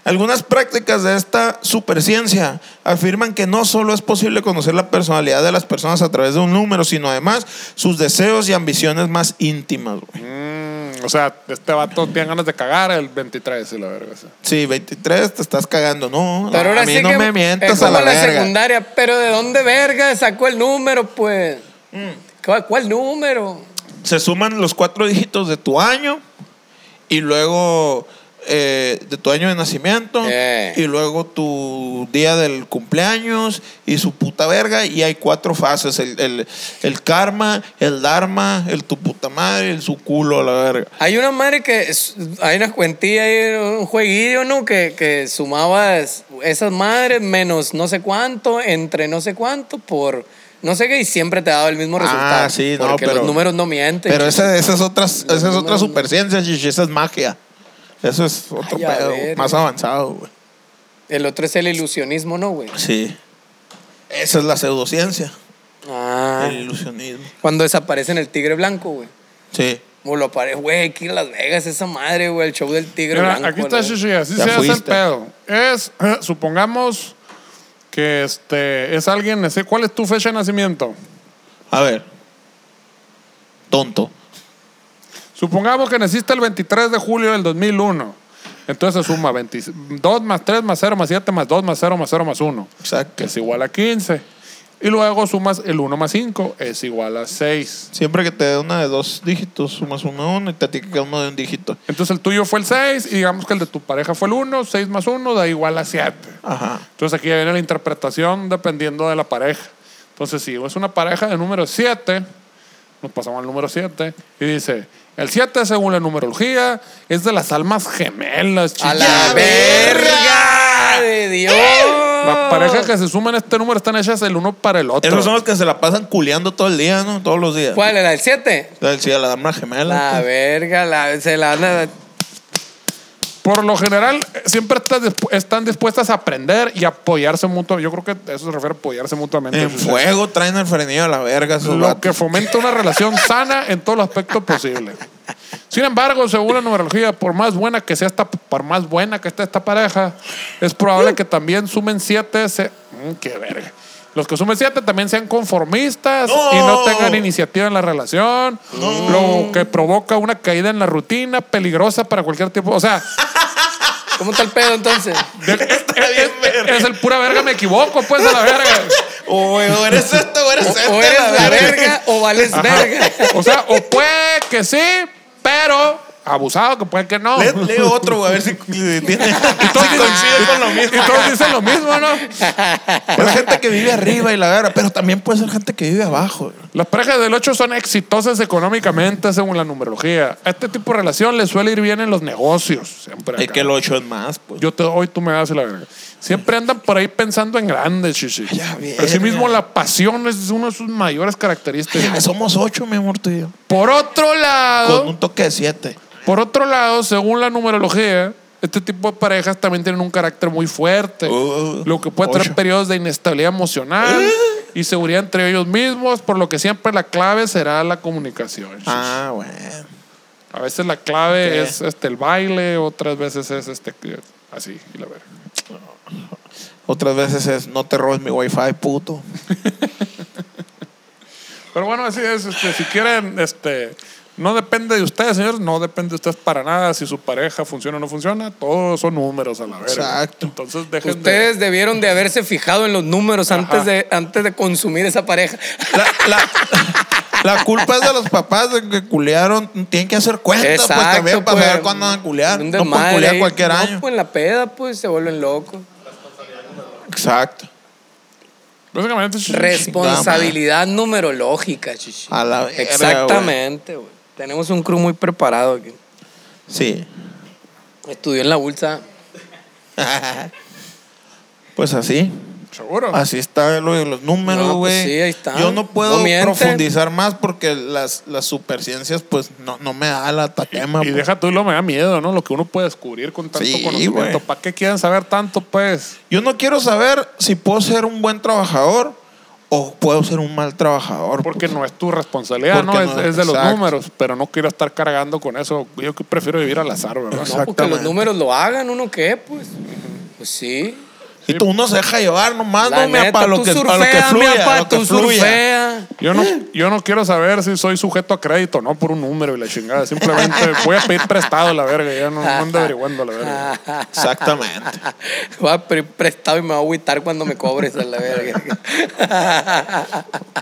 A: Algunas prácticas de esta superciencia afirman que no solo es posible conocer la personalidad de las personas a través de un número, sino además sus deseos y ambiciones más íntimas, güey.
B: Mm, o sea, este vato tiene ganas de cagar el 23 y la verga. sí.
A: Sí, 23, te estás cagando, no.
C: Pero ahora
A: a mí
C: sí
A: no
C: que
A: me
C: es
A: mientas a
C: como
A: la,
C: la
A: verga.
C: secundaria. Pero ¿de dónde verga sacó el número, pues? ¿Cuál, cuál número?
A: Se suman los cuatro dígitos de tu año y luego eh, de tu año de nacimiento
C: Eh.
A: y luego tu día del cumpleaños y su puta verga y hay cuatro fases, el, el- el karma, el dharma, el tu puta madre, el su culo a la verga.
C: Hay una madre que es- hay una cuentilla ahí, un jueguillo, ¿no? Que, que sumabas esas madres menos no sé cuánto, entre no sé cuánto, por no sé qué, y siempre te daba el mismo
A: Ah,
C: resultado.
A: sí, no,
C: porque
A: pero-
C: los números no mienten.
A: Pero
C: chico.
A: esa, esas otras,
C: Los
A: esas
C: números
A: otras
C: no.
A: superciencias, chichi, esa es magia. Eso es otro
C: Ay, a
A: pedo
C: ver,
A: más
C: güey.
A: avanzado, güey.
C: El otro es el ilusionismo, ¿no, güey?
A: Sí. Esa es la pseudociencia,
C: Ah.
A: el ilusionismo.
C: Cuando desaparecen el tigre blanco, güey.
A: Sí.
C: O lo aparece, güey, aquí en Las Vegas, esa madre, güey, el show del tigre
B: Mira,
C: blanco.
B: aquí está
C: ¿no?
B: Shishi, así
A: Ya
B: se hace el
A: fuiste.
B: pedo. Es, eh, supongamos que este es alguien, ese- ¿cuál es tu fecha de nacimiento?
A: A ver. Tonto.
B: Supongamos que naciste el 23 de julio del 2001. Entonces se suma 2 más 3 más 0 más 7 más 2 más 0 más 0 más 1, que
A: Exacto.
B: es igual a 15. Y luego sumas el 1 más 5, es igual a 6.
A: Siempre que te dé una de dos dígitos, sumas uno a uno y te queda uno de un dígito.
B: Entonces el tuyo fue el 6 y digamos que el de tu pareja fue el 1, 6 más 1 da igual a 7.
A: Ajá.
B: Entonces aquí viene la interpretación dependiendo de la pareja. Entonces, si es una pareja de número 7, nos pasamos al número 7 y dice, el 7 según la numerología es de las almas gemelas,
C: ¡A
B: chicos.
C: la
A: ¡Ya,
C: verga
A: verga!
C: de Dios!
B: Las parejas que se suman a este número están hechas el uno para el otro.
A: Esos son los que se la pasan culeando todo el día, ¿no? Todos los días.
C: ¿Cuál era el 7?
A: Sí, a la dama gemela.
C: La verga, la, se la anda-
B: Por lo general, eh, siempre estás dispu- están dispuestas a aprender y apoyarse mutuamente. Yo creo que eso se refiere a apoyarse mutuamente.
A: pues, en
B: O sea,
A: fuego traen el frenillo a la verga. esos
B: lo
A: vatos.
B: que fomenta una relación sana en todos los aspectos posibles. Sin embargo, según la numerología, por más buena que sea esta, por más buena que esté esta pareja, es probable que también sumen siete. se- Mm, qué verga. Los que sumen siete también sean conformistas
A: No.
B: y no tengan iniciativa en la relación, lo que provoca una caída en la rutina peligrosa para cualquier tipo. O sea,
C: ¿Cómo está el pedo entonces?
B: de- es,
A: bien verga.
B: es el pura verga, me equivoco, pues a la verga.
A: O, o eres esto, o eres este, esto.
C: O eres la verga o vales verga.
B: O sea, o puede que sí, pero abusado, que puede que no.
A: Lee, lee otro, güey, a ver si, si tiene, si
B: todos dicen-
A: coincide con lo
B: Y
A: mismo.
B: todos dicen lo mismo, ¿no?
A: Es gente que vive arriba y la verga, pero también puede ser gente que vive abajo. güey.
B: Las parejas del 8 son exitosas económicamente según la numerología. A este tipo de relación le suele ir bien en los negocios. Siempre.
A: Y
B: acá.
A: que el 8 es más, pues.
B: Yo te doy, tú me das y la verga. Siempre andan por ahí pensando en grandes, chichi.
A: ya, verga.
B: Asimismo, la pasión es una de sus mayores características.
A: Ya, somos 8, mi amor, tú y yo.
B: Por otro lado,
A: Con un toque de 7.
B: por otro lado, según la numerología, este tipo de parejas también tienen un carácter muy fuerte,
A: Uh,
B: lo que puede traer
A: ocho.
B: periodos de inestabilidad emocional y seguridad entre ellos mismos, por lo que siempre la clave será la comunicación.
A: Ah, bueno.
B: A veces la clave
A: Ok.
B: es este el baile, otras veces es este que- así y la verga.
A: Otras veces es no te robes mi wifi, puto.
B: Pero bueno, así es. este, si quieren, este, no depende de ustedes, señores. No depende de ustedes para nada si su pareja funciona o no funciona. Todos son números a la verga.
A: Exacto.
B: Entonces dejen de...
C: Ustedes debieron de haberse fijado en los números antes de, antes de consumir esa pareja.
A: La, la- la culpa es de los papás de que culearon. Tienen que hacer cuentas, pues también para
C: pues.
A: saber cuándo van a culear.
C: Un
A: No pueden
C: desmadre
A: culear
C: ahí.
A: cualquier
C: No,
A: año.
C: pues en la peda, pues se vuelven locos.
A: Exacto.
B: Básicamente... sí, sí.
C: Responsabilidad numerológica, chichi.
A: A la verga,
C: Exactamente, güey. Tenemos un crew muy preparado aquí.
A: Sí.
C: Estudió en la bolsa.
A: Pues así.
B: Seguro.
A: Así está lo de los números,
C: No, pues
A: güey.
C: sí, ahí está.
A: Yo no puedo
C: No miente.
A: profundizar más porque las, las superciencias, pues, no, no me da la taquema.
B: Y
A: pues.
B: deja tú y lo me da miedo, ¿no? Lo que uno puede descubrir con tanto
A: Sí,
B: conocimiento.
A: güey.
B: ¿Para qué quieren saber tanto, pues?
A: Yo no quiero saber si puedo ser un buen trabajador o puedo ser un mal trabajador.
B: Porque
A: pues.
B: no es tu responsabilidad, ¿no?
A: Porque
B: Es,
A: no-
B: es de los
A: exacto.
B: números. Pero no quiero estar cargando con eso. Yo que prefiero vivir al azar, ¿verdad?
C: No, porque los
A: Exactamente.
C: números lo hagan, ¿uno qué? Pues, pues sí.
A: Y tú uno se deja llevar nomás,
C: La
A: Ah, no, mira,
C: neta,
A: para lo
C: tú
A: que, para lo que
C: surfea, mi
A: fluya.
C: apa,
A: lo que
C: tú
A: fluya.
C: surfea.
B: Yo no, yo no quiero saber si soy sujeto a crédito, no por un número y la chingada. Simplemente voy a pedir prestado la verga. Ya no, no ando averiguando la verga.
A: Exactamente.
C: Voy a pedir prestado y me va a agüitar cuando me cobres a la verga.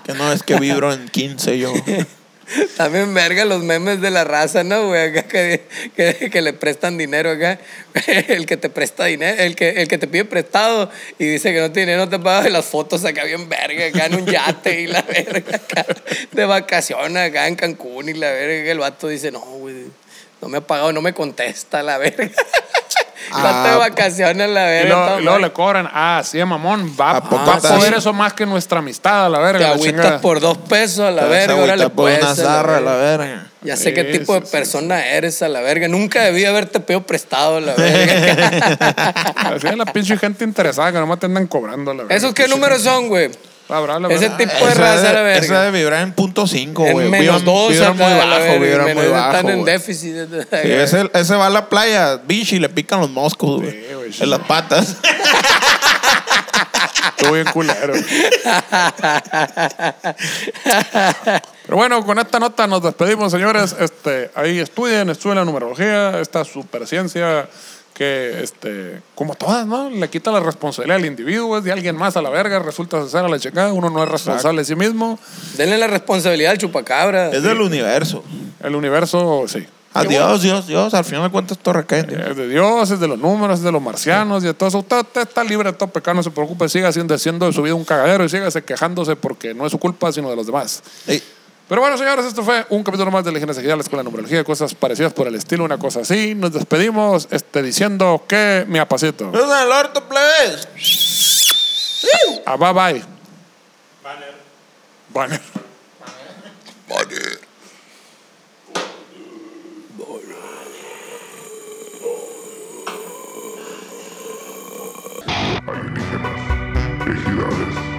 A: Que no es que vibro en 15 yo.
C: También verga los memes de la raza, ¿no, güey? Acá que, que, que le prestan dinero acá. El que te presta dinero, el que, el que te pide prestado y dice que no tiene dinero, te paga y las fotos acá bien verga, acá en un yate y la verga acá, de vacaciones acá en Cancún y la verga. que El vato dice, no, güey, no me ha pagado, no me contesta la verga. El vato de
A: Ah,
C: vacaciones, la
B: Y
C: verga.
B: luego,
C: todo
B: y luego le
C: mal.
B: cobran, ah, sí, mamón, va,
A: ¿A poco
B: va a
A: estás-
B: poder eso más que nuestra amistad a la verga.
C: te
B: la
C: agüitas
B: chingada.
C: por dos pesos a la
A: Te vas a
C: verga, ahora le
A: agüitar por una zarra, la verga.
C: Ya sé qué
B: Sí,
C: tipo de
B: sí, sí.
C: persona eres a la verga. Nunca debí haberte pedido prestado a la verga.
B: Así es la pinche gente interesada que nomás te andan cobrando la verga.
C: ¿Esos qué números son, güey?
B: Habrá, la
C: Ese
B: verga.
C: tipo de
A: Esa
C: Pues raza,
A: de-
C: la verga.
A: Esa de vibrar en punto 5, güey.
C: En menos
A: Vibra-
C: dos,
A: vibra muy
C: acá, la
A: bajo,
C: verga,
A: vibra
C: menos-
A: muy bajo.
C: Están en
A: güey.
C: déficit.
A: Sí, ese, ese va a la playa, bicho, y le pican los moscos, güey.
B: Sí, güey, sí.
A: en las patas.
B: Estuvo bien culero. Pero bueno, con esta nota nos despedimos, señores. Este, ahí estudien, estudien la numerología, esta superciencia que, este, como todas, ¿no? Le quita la responsabilidad al individuo, es de alguien más a la verga, resulta ser a la chingada, uno no es responsable de sí mismo.
C: Denle la responsabilidad al chupacabra.
A: es del universo.
B: El universo, sí.
A: Adiós, Dios, Dios. Al final de cuentas, todo recae en Dios.
B: Es de Dios, es de los números, es de los marcianos y de todo eso. Usted, usted está libre de todo pecado, no se preocupe, siga haciendo, haciendo de su vida un cagadero y sígase quejándose porque no es su culpa, sino de los demás.
A: Ey,
B: Pero bueno, señores, esto fue un capítulo más de Legiones Ejidales con la numerología, cosas parecidas por el estilo, una cosa así. Nos despedimos este, diciendo que me apacito.
A: ¡Es el orto, plebes!
B: A Ah, bye bye. Banner. Banner.
D: Ejidales.